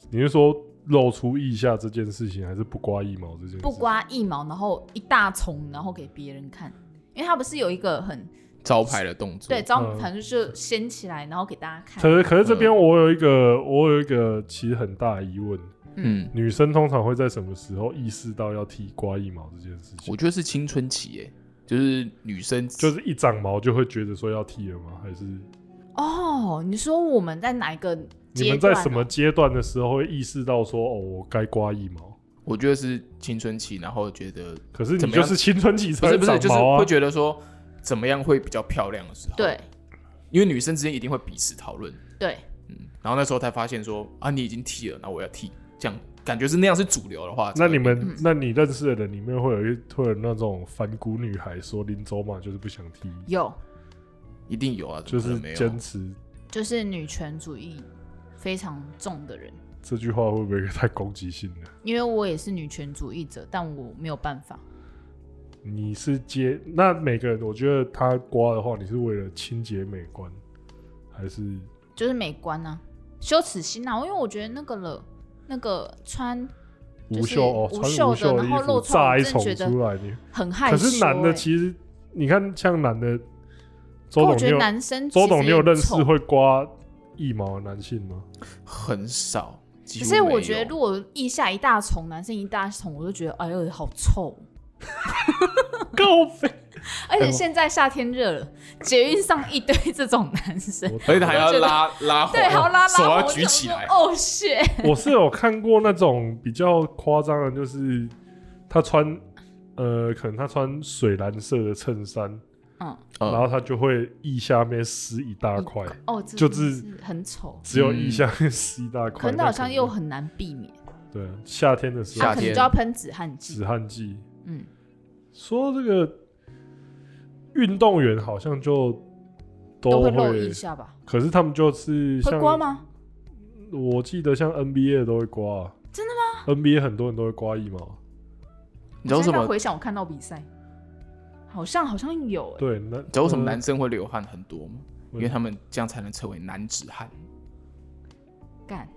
S1: 你是说露出腋下这件事情，还是不刮腋毛这件事？
S3: 不，刮一毛，然后一大丛，然后给别人看，因为他不是有一个很
S2: 招牌的动作。
S3: 对，招
S1: 嗯
S3: 反正就掀起来，然后给大家看。
S1: 可是可是这边我有一个、我有一个其实很大的疑问，
S2: 嗯，
S1: 女生通常会在什么时候意识到要剃刮腋毛这件事情
S2: 我？觉得是青春期诶，就是女生
S1: 就是一长毛就会觉得说要剃了吗？还是
S3: 哦，你说我们在哪一个
S1: 你
S3: 阶
S1: 们在
S3: 段哦？
S1: 什么阶段的时候会意识到说哦，我该刮腋毛？
S2: 我觉得是青春期，然后觉得
S1: 可是
S2: 怎
S1: 你
S2: 么
S1: 就
S2: 样
S1: 是青春期
S2: 不
S1: 才
S2: 是不是，
S1: 长
S2: 就是
S1: 毛啊
S2: 会，觉得说怎么样会比较漂亮的时候，
S3: 对，
S2: 因为女生之间一定会彼此讨论，
S3: 对，
S2: 嗯，然后那时候才发现说啊，你已经剃了，那我要剃，这样感觉是那样是主流的话，
S1: 那你
S3: 嗯
S1: 们，那你认识的人里面会有一会有那种反骨女孩说林州嘛，就是不想踢，
S3: 有
S2: 一定有啊，怎
S1: 就
S2: 么可
S1: 是
S2: 能没有
S1: 坚持
S3: 就是女权主义非常重的人，
S1: 这句话会不会太攻击性了？
S3: 因为我也是女权主义者，但我没有办法。
S1: 你是接那每个人，我觉得他刮的话，你是为了清洁美观，还是
S3: 就是美观啊，羞耻心啊，因为我觉得那个了，那个穿
S1: 无
S3: 就是
S1: 袖哦，
S3: 无
S1: 穿
S3: 袖
S1: 无
S3: 的
S1: 袖
S3: 然
S1: 衣
S3: 后露
S1: 服
S3: 出
S1: 炸
S3: 来我
S1: 一
S3: 真的
S1: 重
S3: 觉得
S1: 出来？你
S3: 很害羞、
S1: 可
S3: 欸。
S1: 是男的其实，你看像男的周
S3: 可我
S1: 董，
S3: 觉
S1: 你
S3: 得
S1: 有
S3: 男生
S1: 周董，
S3: 其
S1: 你
S3: 实
S1: 有
S3: 也
S1: 认识
S3: 丑
S1: 会刮腋毛的男性 吗？
S2: 很少，
S3: 可
S2: 可
S3: 是我觉得，如果腋下一大丛，男生一大丛，我就觉得哎呦好臭。
S1: 够肥，
S3: 而且
S1: 我
S3: 现在夏天热了，捷运上一堆这种男生，
S2: 而且还
S3: 我
S2: 要
S3: 觉得
S2: 拉拉
S3: 对，还要拉拉
S2: 手
S3: 我
S2: 要
S3: 就
S2: 举
S3: 想
S2: 起
S3: 说
S2: 来，
S3: 哦，谢，
S1: 我是有看过那种比较夸张的，就是他穿呃，可能他穿水蓝色的衬衫，
S3: 嗯，
S2: 嗯
S1: 然后他就会腋下面湿一大块，
S3: 哦，这
S1: 就
S3: 真的
S1: 是
S3: 是很丑。
S1: 只
S2: 嗯
S1: 有腋下面湿一大块。
S3: 可能好像又
S1: 那
S3: 很难避免，
S1: 可能对夏天的时候
S3: 他
S2: 夏，
S3: 可能
S2: 天
S3: 就要喷止汗剂。
S1: 止汗剂。
S3: 嗯，
S1: 说这个运动员好像就
S3: 都
S1: 都
S3: 会露腋下吧？
S1: 可是他们就是
S3: 会
S1: 像
S3: 刮吗？
S1: 我记得像 NBA 的都会刮、啊
S3: 真
S1: 的吗？NBA 很多人都会刮腋毛，
S2: 你知道为什
S3: 我现在
S2: 么？
S3: 回想我看到比赛，好像好像有、欸，
S1: 对，那
S2: 你知道为什么
S1: 呃
S2: 男生会流汗很多吗？因
S1: 为
S2: 为他们这样才能成为男子汉。
S3: 干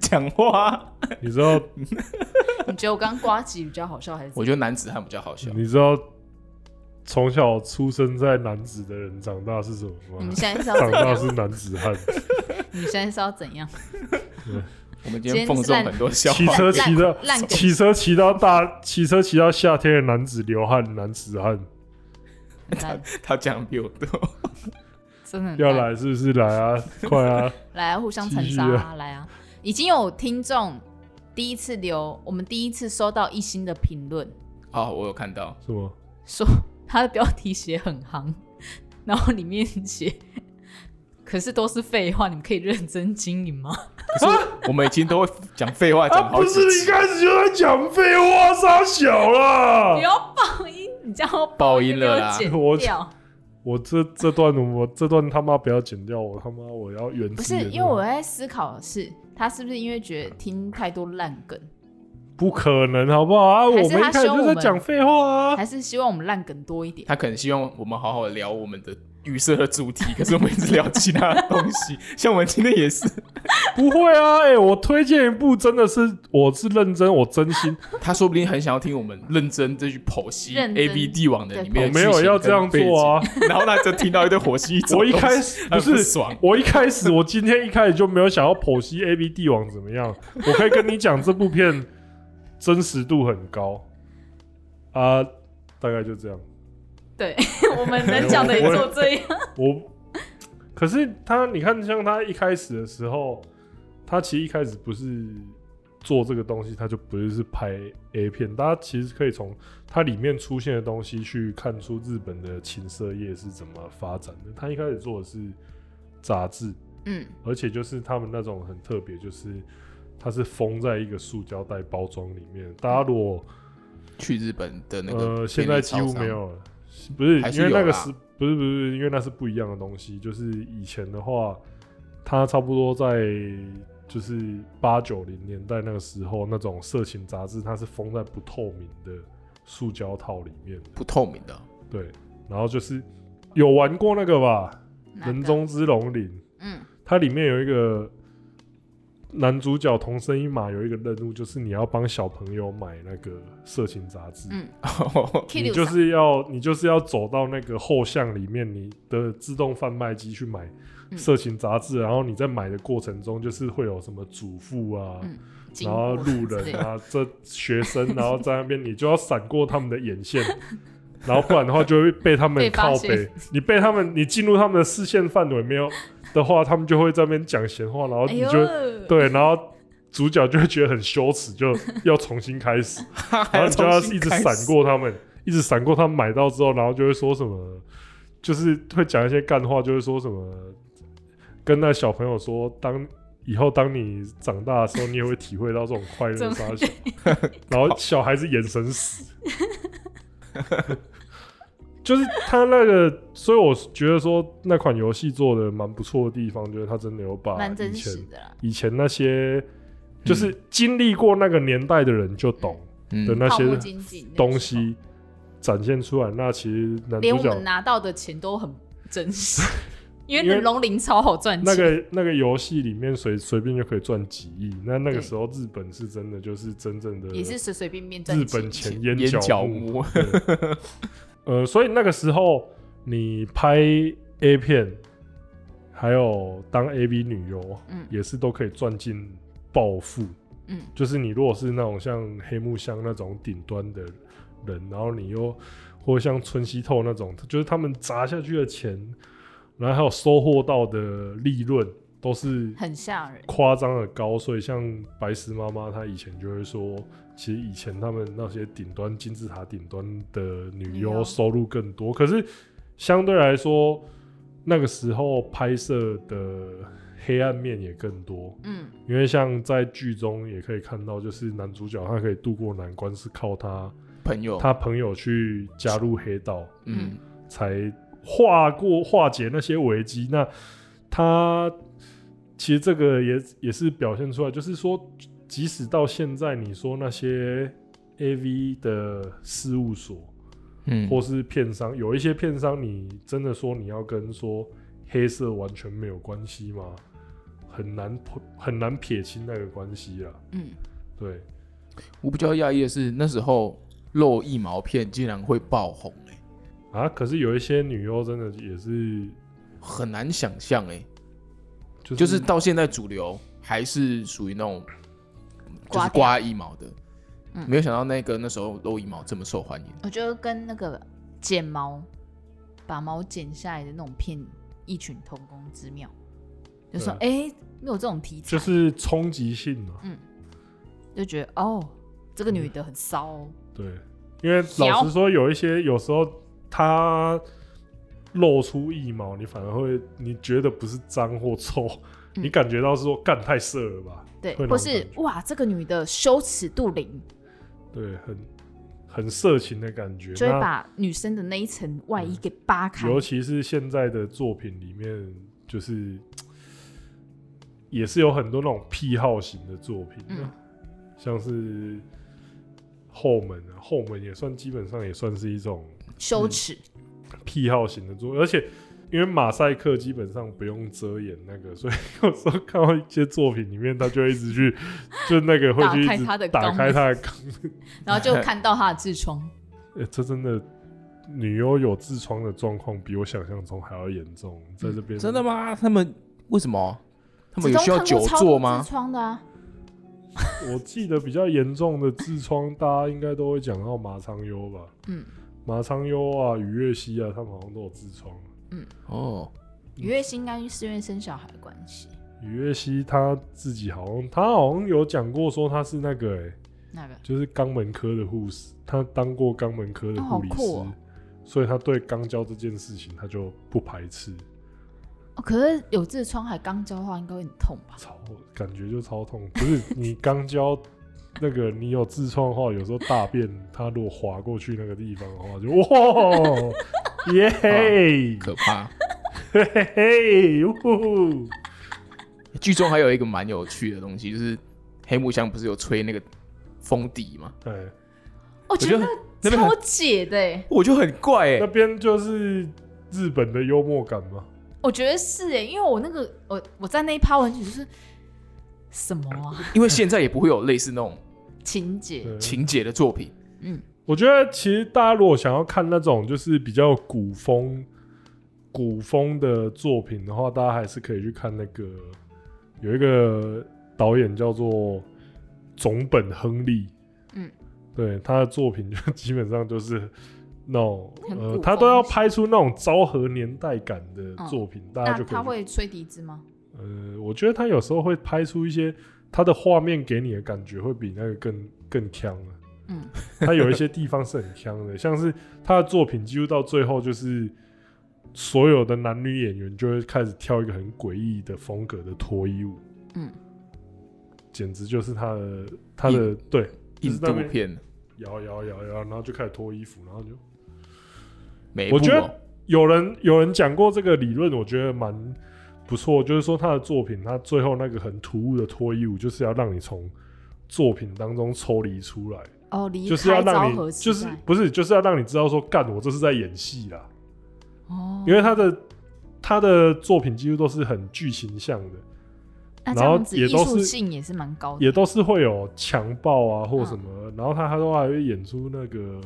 S2: 讲话，
S1: 你知 道
S3: 你觉得我刚刮几比较好笑还是怎
S2: 我
S3: 么？
S2: 觉得男子汉比较好笑。
S1: 你知道从小出生在男子的人长大是什么
S3: 你
S1: 吗
S3: 们？现在是要
S1: 长
S3: 怎
S1: 大
S3: 样？
S1: 是男子 汉，
S3: 你们现在是要 怎样？
S2: 我们今
S3: 今
S2: 天
S3: 天
S2: 放
S3: 是
S2: 纵
S3: 烂
S2: 很多笑
S1: 骑
S2: 话，
S1: 车骑到
S3: 烂烂
S1: 骑车骑到大骑车骑到夏天的男子流汗，男子汉
S3: 嗯很烂，
S2: 他讲比我多。
S3: 真的很
S1: 要
S3: 烂
S1: 来是不是？来 啊，快啊！
S3: 来啊，互相残杀
S1: 继续
S3: 啊，来啊！已经有听众第一次留，我们第一次收到一星的评论，
S2: 哦，我有看到，
S1: 什么？
S3: 说 他的标题写很行，然后里面写，可是都是废话，你们可以认真经营吗？
S2: 可是我们已经都会讲废话
S1: 啊，
S2: 讲好
S1: 不
S2: 几
S1: 是一
S2: 次，
S1: 开始就在讲废话，傻小啊啦
S3: 不！要爆音，你这样
S2: 爆音
S3: 给我
S2: 了啦。
S3: 剪
S1: 哦 我
S3: 掉。
S1: 我这这段我这段他妈不要剪掉，我他妈我要原汁
S3: 不是
S1: 原，味
S3: 因为我在思考的是，他是不是因为觉得听太多烂梗，
S1: 不可能好不好啊？我
S3: 还
S1: 们
S3: 是
S1: 一
S3: 他
S1: 开始
S3: 凶
S1: 就
S3: 我
S1: 在
S3: 们
S1: 讲废话啊！
S3: 还是希望我们烂梗多一点？
S2: 他可能希望我们好好聊我们的预设的主题，可是我们一直聊其他的东西， 像我们今天也是，
S1: 不会啊，哎、我推荐一部，真的是我是认真，我真 心，
S2: 他说不定很想要听我们认真的去剖析
S3: 认
S2: A
S3: 真
S2: B 帝王的里
S1: 我
S2: 面的
S1: 哦没有要这样做 啊。
S2: 剧情跟背景，然后他就听到一堆火星
S1: 我一开 始
S2: 很
S1: 不
S2: 不
S1: 是，
S2: 爽，
S1: 我一开始我今天一开始就没有想要剖析 A B 帝王怎么样。我可以跟你讲，这部片真实度很高啊、大概就这样。
S3: 对， 我们能讲的也就这 样。
S1: 我可是他，你看，像他一开始的时候，他其实一开始不是做这个东西，他就不是是拍 A 片。大家其实可以从它里面出现的东西去看出日本的情色业是怎么发展的。他一开始做的是杂志，
S3: 嗯，
S1: 而且就是他们那种很特别，就是它是封在一个塑胶袋包装里面。大家如果
S2: 去日本的那个
S1: 呃，现
S2: 便利
S1: 在几乎
S2: 超商
S1: 没，有了，不是
S2: 还是
S1: 因为那
S2: 有
S1: 个
S2: 啦
S1: 是不是不是因为那是不一样的东西，就是以前的话，它差不多在就是八九零年代那个时候，那种色情杂志它是封在不透明的塑胶套里面的，
S2: 不透明 的，
S1: 对，然后就是有玩过那个吧，
S3: 哪
S1: 人
S3: 个
S1: 中之龙鳞，
S3: 嗯，
S1: 它里面有一个男主角同生一马有一个任务，就是你要帮小朋友买那个色情杂志。
S3: 嗯
S1: 哦你
S3: Kitty
S1: 就是要你就是要走到那个后巷里面，你的自动贩卖机去买
S3: 嗯
S1: 色情杂志，然后你在买的过程中，就是会有什么主妇啊，
S3: 嗯经
S1: 然后
S3: 过
S1: 路
S3: 之类
S1: 人
S3: 的
S1: 啊，这学生，然后在那边你就要闪过他们的眼线，然后不然的话就会被他们
S3: 被发
S1: 靠
S3: 现
S1: 背，你被他们你进入他们的视线范围没有的话，他们就会在那边讲闲话，然后
S3: 哎
S1: 你
S3: 呦，
S1: 就、对，然后。主角就会觉得很羞耻，就要重新开始。然后你就要一直闪过他们，一直闪过他们买到之后，然后就会说什么，就是会讲一些干话，就会说什么，跟那小朋友说，当以后当你长大的时候，你也会体会到这种快乐
S3: 怎么
S1: 杀小， 然后小孩子眼神死，就是他那个，所以我觉得说那款游戏做的蛮不错的地方，就是他真的有把
S3: 蛮
S1: 以
S3: 真
S1: 前
S3: 实的啦。
S1: 以前那些。就是经历过那个年代的人就懂的
S2: 嗯，
S1: 那
S3: 泡
S1: 些
S3: 沫经济那
S1: 东
S3: 个时候，
S1: 西展现出来，那其实男
S3: 连
S1: 主
S3: 我
S1: 角
S3: 们拿到的钱都很 真实，因
S1: 因
S3: 为
S1: 为
S3: 龙鳞超好赚钱。
S1: 那个那个游戏里面随随便就可以赚几亿，那那个
S3: 对
S1: 时候日本是真的就是真正的
S3: 也是随随便便赚
S1: 日
S3: 几
S1: 本
S3: 千
S1: 前烟
S2: 眼角
S1: 角目，
S2: 膜，
S1: 对呃，所以那个时候你拍 A 片，还有当 AV 女优，
S3: 嗯
S1: 也是都可以赚进暴富。
S3: 嗯，
S1: 就是你如果是那种像黑木香那种顶端的人，然后你又或像村西透那种，就是他们砸下去的钱，然后还有收获到的利润，都是
S3: 很吓人。
S1: 夸张的高，所以像白石妈妈，她以前就会说，其实以前他们那些顶端金字塔顶端的女
S3: 女
S1: 优
S3: 优
S1: 收入更多，可是相对来说，那个时候拍摄的黑暗面也更多，
S3: 嗯，
S1: 因为像在剧中也可以看到，就是男主角他可以渡过难关，是靠他
S2: 朋友，
S1: 他朋友去加入黑道，
S2: 嗯，
S1: 才化过化解那些危机。那他其实这个也也是表现出来，就是说，即使到现在，你说那些 A V 的事务所
S2: 嗯
S1: 或是片商，有一些片商，你真的说你要跟说黑色完全没有关系吗？很难很难撇清那个关系啊。
S3: 嗯，
S1: 对，
S2: 我比较讶异的是，那时候露一毛片竟然会爆红、欸，
S1: 啊，可是有一些女优真的也是，
S2: 很难想象，哎，
S1: 就是
S2: 就是到现在主流还是属于那种就是
S3: 刮掉
S2: 刮一毛的，
S3: 嗯
S2: 没有想到那个那时候露一毛这么受欢迎，
S3: 我觉得跟那个剪毛，把毛剪下来的那种片异曲同工之妙。就说哎、诶没有这种题材，
S1: 啊就是冲击性嘛、
S3: 就觉得哦，这个女的很骚、哦。
S1: 对，因为老实说，有一些有时候它露出一毛，你反而会你觉得不是脏或臭，
S3: 嗯
S1: 你感觉到是说干太色了吧？
S3: 对
S1: 会，那种
S3: 或是
S1: 感觉
S3: 哇，这个女的羞耻度零，
S1: 对，很很色情的感觉。
S3: 就会
S1: 那
S3: 把女生的那一层外衣给扒开。
S1: 尤其是现在的作品里面，就是也是有很多那种癖好型的作品，啊
S3: 嗯
S1: 像是后门啊，后门也算基本上也算是一种。
S3: 羞耻，
S1: 嗯癖好型的作，而且因为马赛克基本上不用遮掩那个， 所以有时候看到一些作品里面，他就会一直去， 就那个会去一
S3: 打开
S1: 直
S3: 他的肛
S1: 打开
S3: 门
S1: 他的肛
S3: 然后就看到她的痔 疮。
S1: 欸这真的女优有痔疮的状况比我想象中还要严重，在这边
S2: 嗯真的？吗？他们为什么？他们
S3: 子
S2: 有
S3: 通
S2: 需要
S3: 看
S2: 久
S3: 过超
S2: 坐
S3: 多
S2: 吗
S3: 痔？疮的啊，
S1: 我记得比较严重的痔疮，大家应该都会讲到马苍优吧？
S3: 嗯，
S1: 马苍优啊，于月熙啊，他们好像都有痔疮。
S2: 哦，
S3: 于月心应该是因为生小孩的关系，
S1: 于月熙她自己好像，她好像有讲过说她是那个、欸，
S3: 那个
S1: 就是肛门科的护士，他当过肛门科的护理
S3: 哦好
S1: 师，
S3: 酷哦
S1: 所以他对肛交这件事情他就不排斥，
S3: 哦，可是有痔疮还刚交的话，应该会很痛吧？
S1: 超感觉就超痛。不是你肛交那个你有痔疮的话，有时候大便它如果滑过去那个地方的话，就哇耶嘿
S2: 啊可怕。
S1: 嘿嘿，呜呼
S2: 剧中还有一个蛮有趣的东西，就是黑木香不是有吹那个风笛吗？
S1: 哎，
S3: 我哦觉
S2: 我
S3: 得
S2: 觉
S3: 那
S2: 那边很
S3: 超解的欸，
S2: 我就很怪哎、
S1: 那边就是日本的幽默感嘛。
S3: 欸我觉得是哎，因为我那个我我在那一趴完全就是什么啊
S2: 因为现在也不会有类似那种
S3: 情节？
S1: 对
S2: 情节的作品。
S3: 嗯，
S1: 我觉得其实大家如果想要看那种就是比较古风、古风的作品的话，大家还是可以去看那个有一个导演叫做总本亨利，
S3: 嗯，
S1: 对他的作品就 基本上就是那种
S3: 很古
S1: 呃，
S3: 风嗯
S1: 他都要拍出那种昭和年代感的作品，大家
S3: 那
S1: 就
S3: 他
S1: 可以
S3: 会吹笛子吗？
S1: 呃，我觉得他有时候会拍出一些他的画面给你的感觉会比那个更更强啊。
S3: 嗯，
S1: 他有一些地方是很强的，像是他的作品几乎到最后就是所有的男女演员就会开始跳一个很诡异的风格的脱衣舞，
S3: 嗯，
S1: 简直就是他的他的对
S2: 印度片
S1: 摇摇摇摇，然后就开始脱衣服，然后就
S2: 每一
S1: 我
S2: 部、
S1: 觉得
S2: 哦，
S1: 有人有人讲过这个理论，我觉得蛮不错，就是说他的作品，他最后那个很突兀的脱衣舞，就是要让你从作品当中抽离出来。
S3: 哦，离
S1: 就是要
S3: 开昭
S1: 让你
S3: 和，时
S1: 就是
S3: 代
S1: 不是，就是要让你知道说，干我这是在演戏啦。
S3: 哦，
S1: 因为他的他的作品几乎都是很剧情向的，
S3: 啊那这
S1: 然后
S3: 样子
S1: 也
S3: 艺
S1: 都
S3: 术
S1: 是
S3: 性也是蛮高的，
S1: 也都是会有强暴啊或什么，然后他他都还会演出那个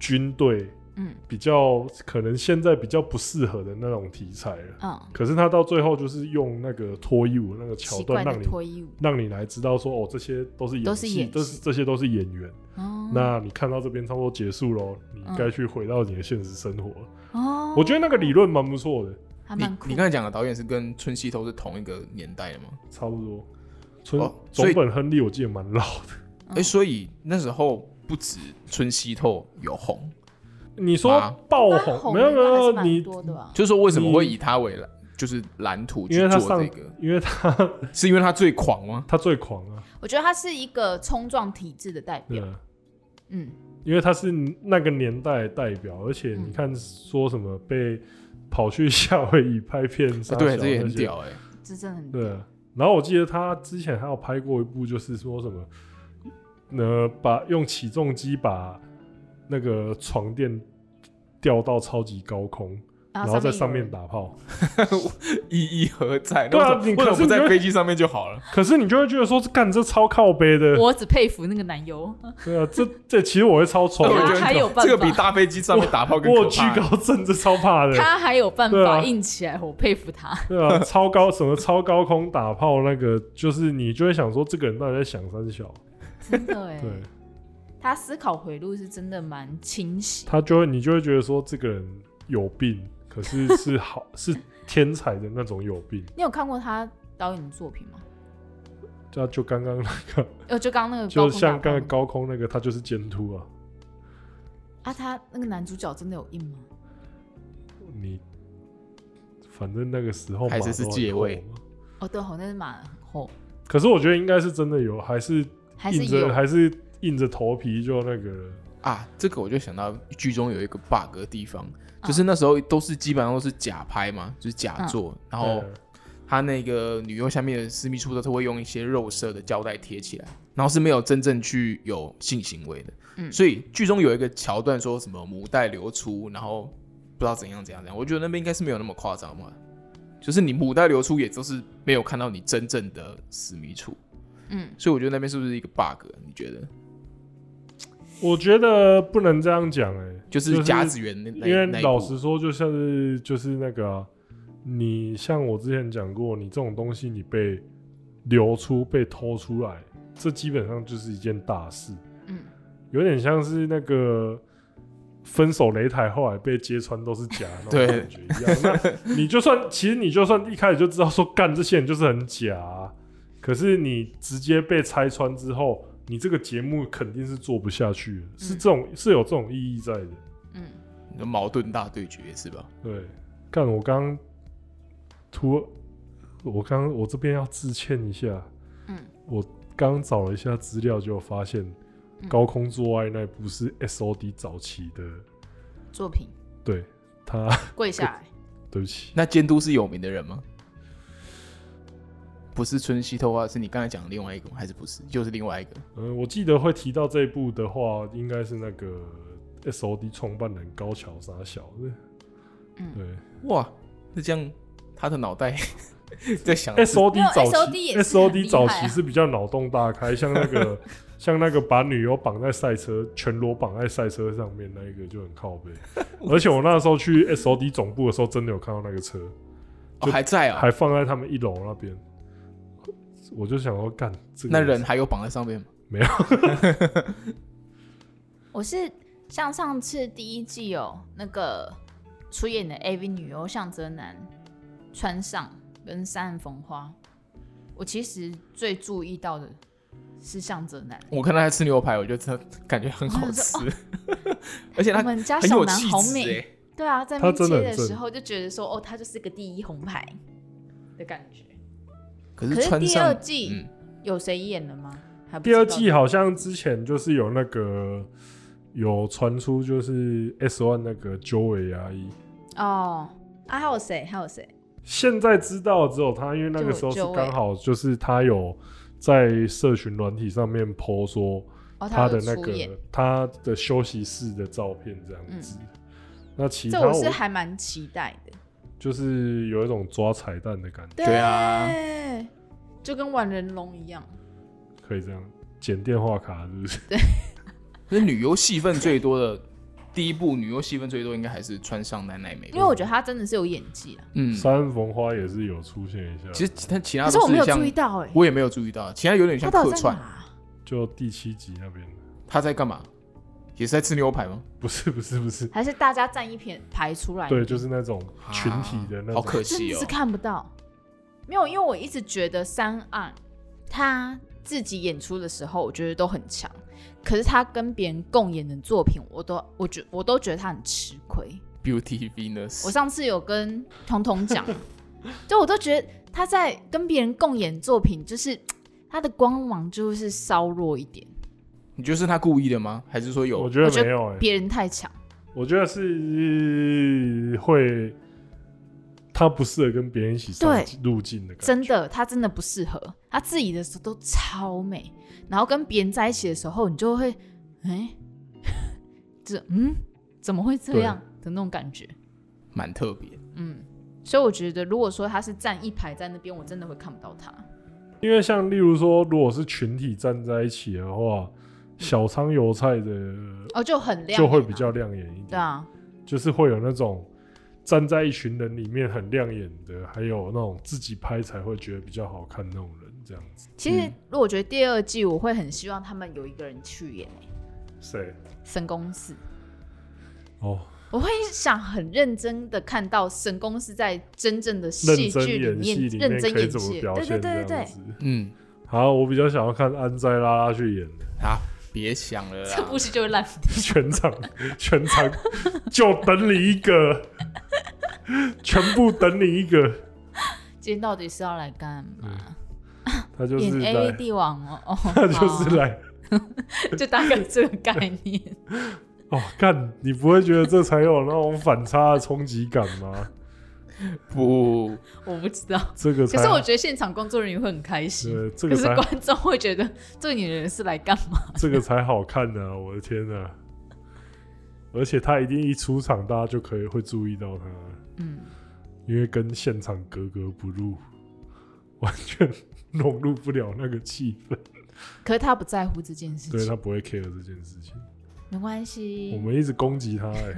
S1: 军队
S3: 嗯
S1: 比较可能现在比较不适合的那种题材了。
S3: 嗯，
S1: 可是他到最后就是用那个脱衣舞那个桥
S3: 奇
S1: 段
S3: 怪
S1: 让
S3: 的
S1: 你
S3: 脱衣舞
S1: 让你来知道说哦，这些都是
S3: 都
S1: 演
S3: 是
S1: 戏，
S3: 演
S1: 都是这些都是演员。
S3: 哦，
S1: 那你看到这边差不多结束喽，你
S3: 嗯
S1: 该去回到你的现实生活了。
S3: 哦，
S1: 我觉得那个理论蛮不错的，
S3: 还
S2: 你
S3: 蛮酷
S2: 你刚才讲的导演是跟春熙头是同一个年代的吗？
S1: 差不多。村
S2: 哦所
S1: 总
S2: 以
S1: 本亨利我记得蛮老的。
S2: 哎、
S3: 嗯
S2: 所以那时候不止春熙透有红，
S1: 你说
S2: 啊
S1: 爆
S3: 当
S1: 红
S3: 红
S1: 没有
S3: 的
S1: 没
S3: 那还
S1: 有
S3: 是蛮
S1: 你，
S3: 多的啊吧？
S2: 就是说为什么会以他为蓝就是蓝图去
S1: 因为他
S2: 做
S1: 上
S2: 这个？
S1: 因为他？
S2: 是因为他最狂吗
S1: 他最狂啊，
S3: 我觉得他是一个冲撞体制的代
S1: 对
S3: 表，
S1: 啊，
S3: 嗯，
S1: 因为他是那个年代的代表，而且你
S3: 嗯
S1: 看说什么被跑去夏威夷拍片，
S2: 啊
S1: 杀小
S2: 对，这也很
S1: 那些，
S2: 屌哎、
S3: 这真的很
S1: 对啊。然后我记得他之前还有拍过一部，就是说什么，呃，把用起重机把那个床垫吊到超级高空，然后在上面
S3: 啊有
S1: 打炮。
S2: 意义何在？
S1: 对啊
S2: 那
S1: 你
S2: 为什么
S1: 可是
S2: 不在
S1: 你会
S2: 飞机上面就好了？
S1: 可是你就会觉得说，干这超靠背的
S3: 人，，我只佩服那个男优，
S1: 对啊，这这其实我会超丑
S2: 那
S3: 对
S2: 我
S3: 啊
S2: 觉
S1: 的，
S2: 得
S3: 还
S2: 很
S3: 有
S2: 可
S3: 办
S2: 这个比
S3: 法
S2: 大飞机上面打炮更
S1: 我有
S2: 可
S1: 惧
S2: 怕。
S1: 高症这超怕的，
S3: 他还有办
S1: 对
S3: 法
S1: 啊
S3: 硬起来，我佩服他。
S1: 对啊，超高什么超高空打炮那个，就是你就会想说，这个人到底在想三小？
S3: 真的哎
S1: 对，
S3: 他思考回路是真的蛮清晰。
S1: 他就会你就会觉得说，这个人有病，可是是好 是天才的那种有病，
S3: 你有看过他导演的作品吗？
S1: 就就刚刚那个，
S3: 呃，就刚刚那个高
S1: 就
S3: 空
S1: 像
S3: 大
S1: 刚才
S3: 炮
S1: 高空那个，他就是监督啊，
S3: 啊，他那个男主角真的有硬吗？
S1: 你反正那个时候
S2: 还是
S1: 马
S2: 是
S1: 都很
S2: 借位
S1: 厚嘛。
S3: 哦，对，好，那是马很厚，
S1: 可是我觉得应该是真的有，还是
S3: 还是
S1: 硬着
S3: 有
S1: 还是硬着头皮就那个了
S2: 啊，这个我就想到剧中有一个 bug 的地方，
S3: 嗯
S2: 就是那时候都是基本上都是假拍嘛，就是假
S3: 嗯
S2: 做，然后
S1: 对啊
S2: 他那个女优下面的私密处都是会用一些肉色的胶带贴起来，然后是没有真正去有性行为的。
S3: 嗯
S2: 所以剧中有一个桥段说什么母带流出，然后不知道怎样怎样怎样，我觉得那边应该是没有那么夸张嘛。就是你母带流出，也都是没有看到你真正的私密处，
S3: 嗯，
S2: 所以我觉得那边是不是一个 bug？你觉得？
S1: 我觉得不能这样讲哎、
S2: 就是甲子园那那
S1: 因为
S2: 那一
S1: 老
S2: 部
S1: 实说，就像是就是那个啊、你像我之前讲过，你这种东西你被流出、被偷出来，这基本上就是一件大事。
S3: 嗯，
S1: 有点像是那个分手擂台后来被揭穿都是假的那种
S2: 对
S1: 感觉一样。 那你就算其实你就算一开始就知道说干这些人就是很假啊、可是你直接被拆穿之后，你这个节目肯定是做不下去的，
S2: 嗯
S1: 是这种是有这种意义在的。
S3: 嗯，
S2: 矛盾大对决是吧？
S1: 对，干我刚突，我刚我这边要致歉一下，
S3: 嗯，
S1: 我刚找了一下资料，就发现
S3: 嗯
S1: 高空做爱那部是 S O D 早期的，
S3: 作品
S1: 对他，
S3: 跪下来，
S1: 对不起，
S2: 那监督是有名的人吗？不是春熙透啊，是你刚才讲的另外一个吗？还是不是？就是另外一个
S1: 嗯，我记得会提到这一部的话，应该是那个 S O D 创办人高桥沙小的，
S3: 嗯
S1: 对，
S2: 哇？那这样他的脑袋 在想
S1: S O D
S3: 没有
S1: 早
S3: SOD
S1: 期
S3: 也是
S1: S O
S3: 很
S1: D
S3: 厉
S1: 早
S3: 害
S1: 期
S3: 啊
S1: 是比较脑洞大开，像那 个像那个把女优绑在赛车，全裸绑在赛车上面那一个就很靠背。而且我那时候去 S O D 总部的时候，真的有看到那个车，
S2: 哦还在啊、
S1: 还放在他们一楼那边。我就想说，干这个
S2: 那人还有绑在上面吗？
S3: 我是像上次第一季有那个出演的 AV 女优向泽南、川上跟三岸风花，我其实最注意到的是向泽南。
S2: 我看到他吃牛排，我就真的感觉很好
S3: 啊
S2: 吃， 而且
S3: 我
S2: 哎他
S3: 哦们家
S2: 很
S3: 小
S2: 有
S3: 南
S2: 气
S3: 好
S2: 质
S3: 美，
S2: 哎。
S3: 对啊，在
S1: 他
S3: 面
S1: 真
S3: 接
S1: 的很
S3: 的时
S1: 正
S3: 候就觉得说，哦，他就是个第一红牌的感觉。
S2: 可
S3: 可
S2: 是
S3: 是
S2: 穿
S3: 第
S2: 上
S3: 二，季、
S2: 嗯，
S3: 有谁演了吗？还不
S1: 第二
S3: 知道
S1: 季好像之前就是有那个有传出，就是 S One 那个九尾牙医，
S3: 哦啊，还有谁？还有谁？
S1: 现在知道只有他，因为那个时候是
S3: 就就位
S1: 刚好就是他有在社群软体上面 po 说
S3: 哦，
S1: 他
S3: 有
S1: 的那
S3: 出
S1: 个
S3: 演。嗯
S1: 他的休息室的照片这样子。那其
S3: 这
S1: 他
S3: 我是还蛮期待的。
S1: 就是有一种抓彩蛋的感觉，
S3: 对
S2: 对啊
S3: 就跟万人龙一样。
S1: 可以这样剪电话卡是不是？
S2: 可是女优戏份最多的 第一部女优戏份最多应该还是穿上奈奈美吧，
S3: 因为我觉得他真的是有演技啊，
S2: 嗯，
S1: 三逢花也是有出现一下，
S2: 其实其他其他
S3: 可
S2: 都
S3: 是我没有
S2: 像
S3: 注意到哎、
S2: 我也没有注意到，其他有点像
S3: 他到
S2: 客
S3: 底在
S2: 串
S3: 哪。啊？
S1: 就第七集那边，
S2: 他在干嘛？也是在吃牛排吗？
S1: 不是不是不是，
S3: 还是大家站一片排出来？
S1: 对，就是那种群体的那
S2: 啊好
S1: 种，
S2: 可
S3: 真
S2: 惜
S3: 的
S2: 哦
S3: 是。看不到。没有，因为我一直觉得三岸他自己演出的时候，我觉得都很强，可是他跟别人共演的作品，我都我觉我都觉得他很吃亏。
S2: Beauty
S3: 我
S2: Venus，
S3: 上次有跟彤 彤讲，就我都觉得他在跟别人共演作品，就是他的光芒就是稍弱一点，
S2: 你觉得是他故意的吗？还是说
S1: 我
S2: 有？
S1: 觉
S3: 我
S1: 得
S3: 觉得
S1: 没有哎、
S3: 别人太强。
S1: 我觉得是会，他不适合跟别人一起上
S3: 对
S1: 路径的感觉。
S3: 真的，他真的不适合。他自己的时候都超美，然后跟别人在一起的时候，你就会，哎、 这嗯，怎么会这样的那种感觉？
S2: 蛮特别。
S3: 嗯，所以我觉得，如果说他是站一排在那边，我真的会看不到他。
S1: 因为像例如说，如果是群体站在一起的话，小仓油菜的
S3: 哦，就很嗯亮、
S1: 就会比。较嗯亮眼一
S3: 对
S1: 点，
S3: 啊，
S1: 就是会有那种站在一群人里面很亮眼的，还有那种自己拍才会觉得比较好看那种人，这样子。
S3: 其实
S2: 嗯
S3: 如果我觉得第二季，我会很希望他们有一个人去演、欸、
S1: 谁？
S3: 神宫寺。
S1: 哦，
S3: 我会想很认真的看到神宫寺在真正的
S1: 认
S3: 戏
S1: 真
S3: 剧
S1: 演戏
S3: 面
S1: 里面可
S3: 认真
S1: 以
S3: 演
S1: 怎么
S3: 戏，
S1: 表
S3: 对对
S1: 现这
S3: 对对
S1: 样
S3: 对。
S1: 子。
S2: 嗯，
S1: 好，我比较想要看安在拉拉去演的，
S2: 啊，别想了
S3: 这部
S2: 啦。
S3: 戏就会烂
S1: 全场全场就等你一个，全部等你一个。
S3: 今天到底是要来干嘛？
S1: 他就
S3: 演
S1: 是
S3: A V
S1: 来，
S3: 帝王哦，哦
S1: 他就是
S3: 好
S1: 来。
S3: 就大概这个概念。
S1: 哦，干，你不会觉得这才有那种反差的冲击感 吗？
S2: 不，
S3: 我不知 道，
S1: 这个才，
S3: 可是我觉得现场工作人员会很开心，
S1: 对，这
S3: 可
S1: 个
S3: 是
S1: 才
S3: 观众会觉得这女人是来干嘛？
S1: 这个才好看呢、我的天哪、而且他一定一出场，大家就可以会注意到他，
S3: 嗯，
S1: 因为跟现场格格不入， 完全融入不了那个气氛。
S3: 可是她不在乎这件事
S1: 对
S3: 情，
S1: 他不会 care 这件事情。
S3: 没关
S1: 我
S3: 系。
S1: 们一直攻击他、哎，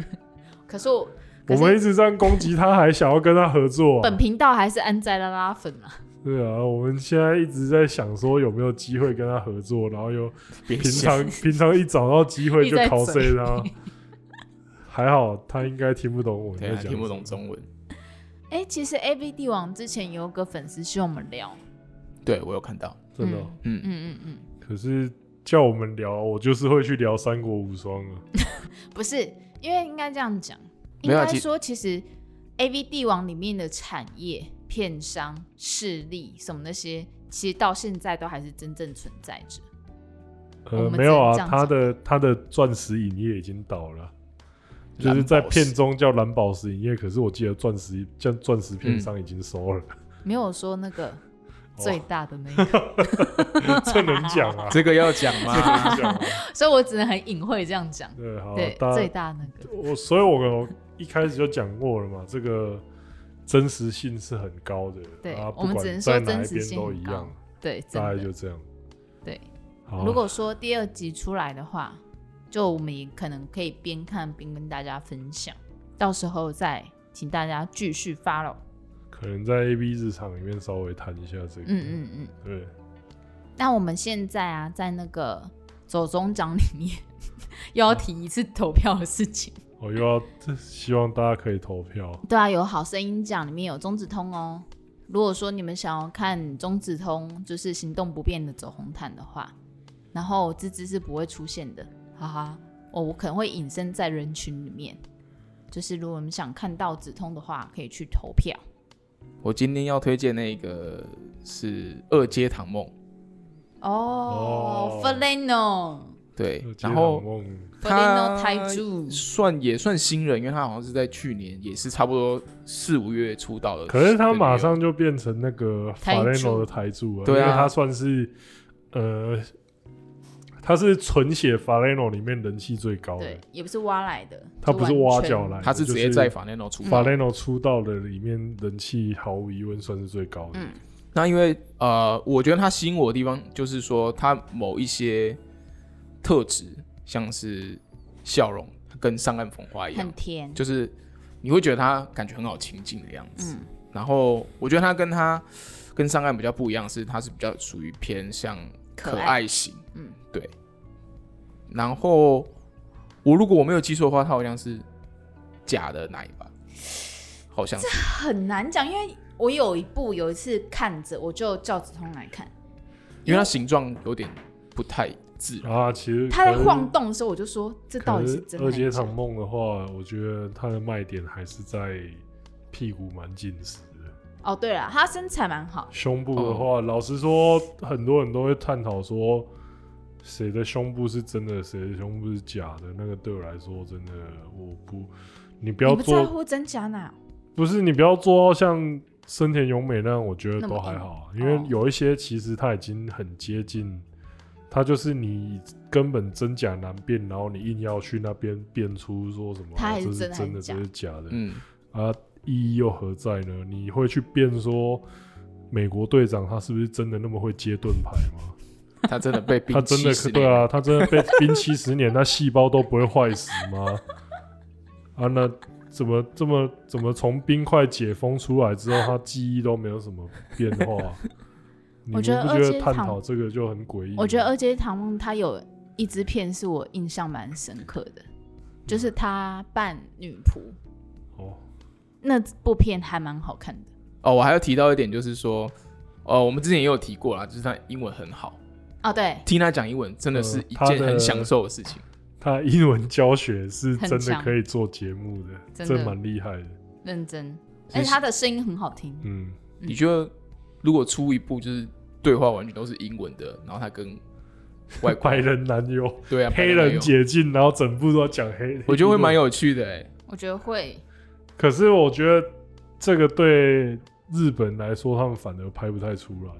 S3: 可是我 可
S1: 我
S3: 是
S1: 们一直这样攻击他，还想要跟他合作、啊
S3: 本。频道还是安在拉拉粉啊，
S1: 对啊，我们现在一直在想说有没有机会跟他合作，然后 又
S2: 别
S1: 平
S2: 想。
S1: 常平常一找到机会
S3: 一
S1: 就
S3: 直在
S1: cos
S3: 嘴
S1: 他。 还好他应该听不懂我在
S2: 对啊，
S1: 讲什么，
S2: 听不懂中文。
S3: 哎、其实 A V 帝王之前有个粉丝希望我们聊，
S2: 对我有看到。
S1: 真的哦、
S3: 嗯嗯嗯
S1: 可是叫我们聊，我就是会去聊《三国无双》啊。
S3: 嗯，不是，因为应该这样讲，应
S2: 没有啊
S3: 该
S2: 其
S3: 说其实 A V 帝王里面的产业、片商、势力什么那些，其实到现在都还是真正存在着。我
S1: 呃，
S3: 们
S1: 没有啊
S3: 只能，这样
S1: 他的他的钻石影业已经倒了，就
S2: 蓝
S1: 是在
S2: 宝
S1: 片
S2: 石？
S1: 中叫蓝宝石影业，可是我记得钻石叫钻石片商已经收了，
S3: 没有说那个
S1: 哦
S3: 最大的那一个，
S1: 这能讲啊
S2: 这个要讲
S1: 这
S2: 吗？
S1: 能讲啊？
S3: 所以我只能很隐晦这样讲。
S1: 对，好，
S3: 对，
S1: 哦大
S3: 最
S1: 家
S3: 大那个，
S1: 我所以，我一开始就讲过了嘛，这个真实性是很高的。
S3: 对
S1: 啊，
S3: 我
S1: 不
S3: 们只能
S1: 管在
S3: 说
S1: 哪
S3: 真
S1: 一
S3: 实
S1: 边
S3: 性
S1: 都
S3: 很
S1: 一
S3: 高
S1: 样，
S3: 对，真
S1: 大概
S3: 的
S1: 就这样。
S3: 对。
S1: 好啊
S3: 如果说第二集出来的话，就我们也可能可以边看边跟大家分享，到时候再请大家继续 follow。
S1: 可能在 A B 日常里面稍微谈一下这个，
S3: 嗯嗯嗯。
S1: 对，
S3: 那我们现在啊，在那个走中奖里面 又要提一次投票的事情。
S1: 我哦又要这希望大家可以投票，
S3: 对啊，有好声音奖里面有中子通哦。如果说你们想要看中子通就是行动不便的走红毯的话，然后芝芝是不会出现的，哈哈。哦我我可能会隐身在人群里面，就是如果你们想看到子通的话，可以去投票。
S2: 我今天要推荐那个是《二阶堂梦》，
S1: 哦
S3: 哦 f e l i n o
S2: 对
S1: 就，接
S2: 然后
S1: 朗梦
S3: f e l i n
S2: 他
S3: o 台柱，
S2: 算也算新人，因为他好像是在去年，也是差不多四五月出道的。
S1: 可是他
S2: 的女
S1: 马
S2: 友
S1: 上就变成那个
S3: 台
S1: 法雷
S3: 柱
S1: 诺的台柱了，
S2: 对啊
S1: 因为他算是呃，他是纯血法雷诺里面人气最高的
S3: 对，，也不是挖来的，
S1: 他
S3: 就
S1: 不是
S3: 完
S1: 挖
S3: 全
S1: 角来的，
S2: 他是直接
S1: 就是
S2: 在法内诺出
S1: 法
S2: 道。
S1: 雷诺出道的里面人气毫无疑问算是最高的，
S3: 嗯
S2: 那因为呃，我觉得他吸引我的地方就是说他某一些特质，像是笑容，跟上岸风花一样
S3: 很，甜，
S2: 就是你会觉得他感觉很好亲近的样子。
S3: 嗯
S2: 然后我觉得他跟他跟上岸比较不一样，是他是比较属于偏向可
S3: 可爱
S2: 爱型，
S3: 嗯，
S2: 对。然后我如果我没有记错的话，他好像是假的奶吧，好像是
S3: 很难讲，因为我有一部有一次看着，我就叫子通来看，
S2: 因为它形状有点不太自然。
S1: 然后啊其实
S3: 他在
S1: 可是
S3: 晃动的时候，我就说这到底是真的
S1: 二
S3: 还是
S1: 阶
S3: 假
S1: 堂
S3: 的？
S1: 梦的话，我觉得它的卖点还是在屁股蛮紧实的。
S3: 哦，对了，他身材蛮好，
S1: 胸部的
S2: 哦
S1: 话，老实说，很多人都会探讨说，谁的胸部是真的，谁的胸部是假的。那个对我来说，真的我不，你不要
S3: 你不在
S1: 做，
S3: 乎真假哪？
S1: 不是你不要做到像森田勇美那样，我觉得
S3: 那么
S1: 都还
S3: 硬
S1: 好啊，因为
S3: 哦
S1: 有一些其实它已经很接近。它就是你根本真假难辨，然后你硬要去那边辨出说什么，
S3: 它还是
S1: 这是
S3: 真的还
S1: 真的，
S3: 是假
S1: 这是假的。
S2: 嗯，
S1: 啊，意义又何在呢？你会去辩说美国队长他是不是真的那么会接盾牌吗？
S2: 他真的被
S1: 他
S2: 冰
S1: 真的
S2: 70
S1: 对
S2: 年
S1: 啊，他真的被冰七十年，他细胞都不会坏死吗？啊，那怎么这么怎么从冰块解封出来之后，他记忆都没有什么变 化？你
S3: 我
S1: 们
S3: 觉得
S1: 不
S3: 二
S1: 觉
S3: 阶
S1: 得探
S3: 堂
S1: 讨这个就很诡异？
S3: 我觉得《二阶堂梦》它有一支片是我印象蛮深刻的，就是他扮女仆
S1: 哦，
S3: 那部片还蛮好看的。
S2: 哦，我还要提到一点，就是说，哦，我们之前也有提过啦，就是他英文很好，
S3: 哦，对，
S2: 听他讲英文真的是
S1: 呃
S2: 一
S1: 他
S2: 件
S1: 的
S2: 很享受的事情。
S1: 他英文教学是
S3: 很
S1: 真的
S3: 强
S1: 可以做节目的，
S3: 真
S1: 这
S3: 的
S1: 蛮厉害的。
S3: 认真，
S2: 其
S3: 而且
S2: 实
S3: 他的声音很好听。
S1: 嗯，
S3: 嗯
S2: 你觉得如果出一部就是对话完全都是英文的，然后他跟外国
S1: 白人男友。
S2: 对啊
S1: 黑
S2: 白
S1: 人
S2: 友
S1: 解禁，然后整部都要讲黑，
S2: 我觉得会蛮
S1: 有。
S2: 有趣的哎。
S3: 我觉得会，
S1: 可是我觉得这个对日本来说，他们反而拍不太出来，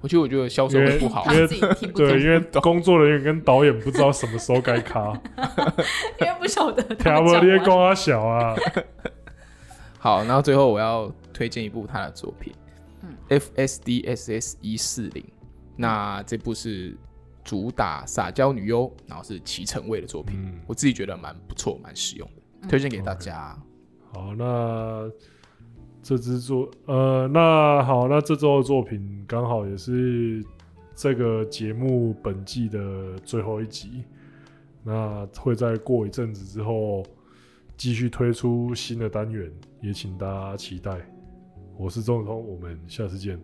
S2: 我觉得我觉得销售
S1: 因
S2: 会
S1: 为
S2: 不好
S3: 他，
S1: 因为
S3: 们自己听不懂，
S1: 对，
S3: 因
S1: 因为工作人员跟导演不知道什么时候该卡，
S3: 为不晓得 他
S1: 条
S3: 们
S1: 不
S3: 讲
S1: 列
S3: 完
S1: 光啊小啊，
S2: 好，然后最后我要推荐一部他的作品，
S3: 嗯
S2: ，FSDSS 一四零，那这部是主打撒娇女优，然后是齐成卫的作品，
S1: 嗯，
S2: 我自己觉得蛮不错，蛮实用的，
S3: 嗯
S2: 推荐给大家。
S1: 好，那这支作呃，那好，那这周的作品刚好也是这个节目本季的最后一集，那会在过一阵子之后继续推出新的单元，也请大家期待。我是钟子通，我们下次见。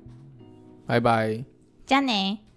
S2: 拜拜。
S3: 加你。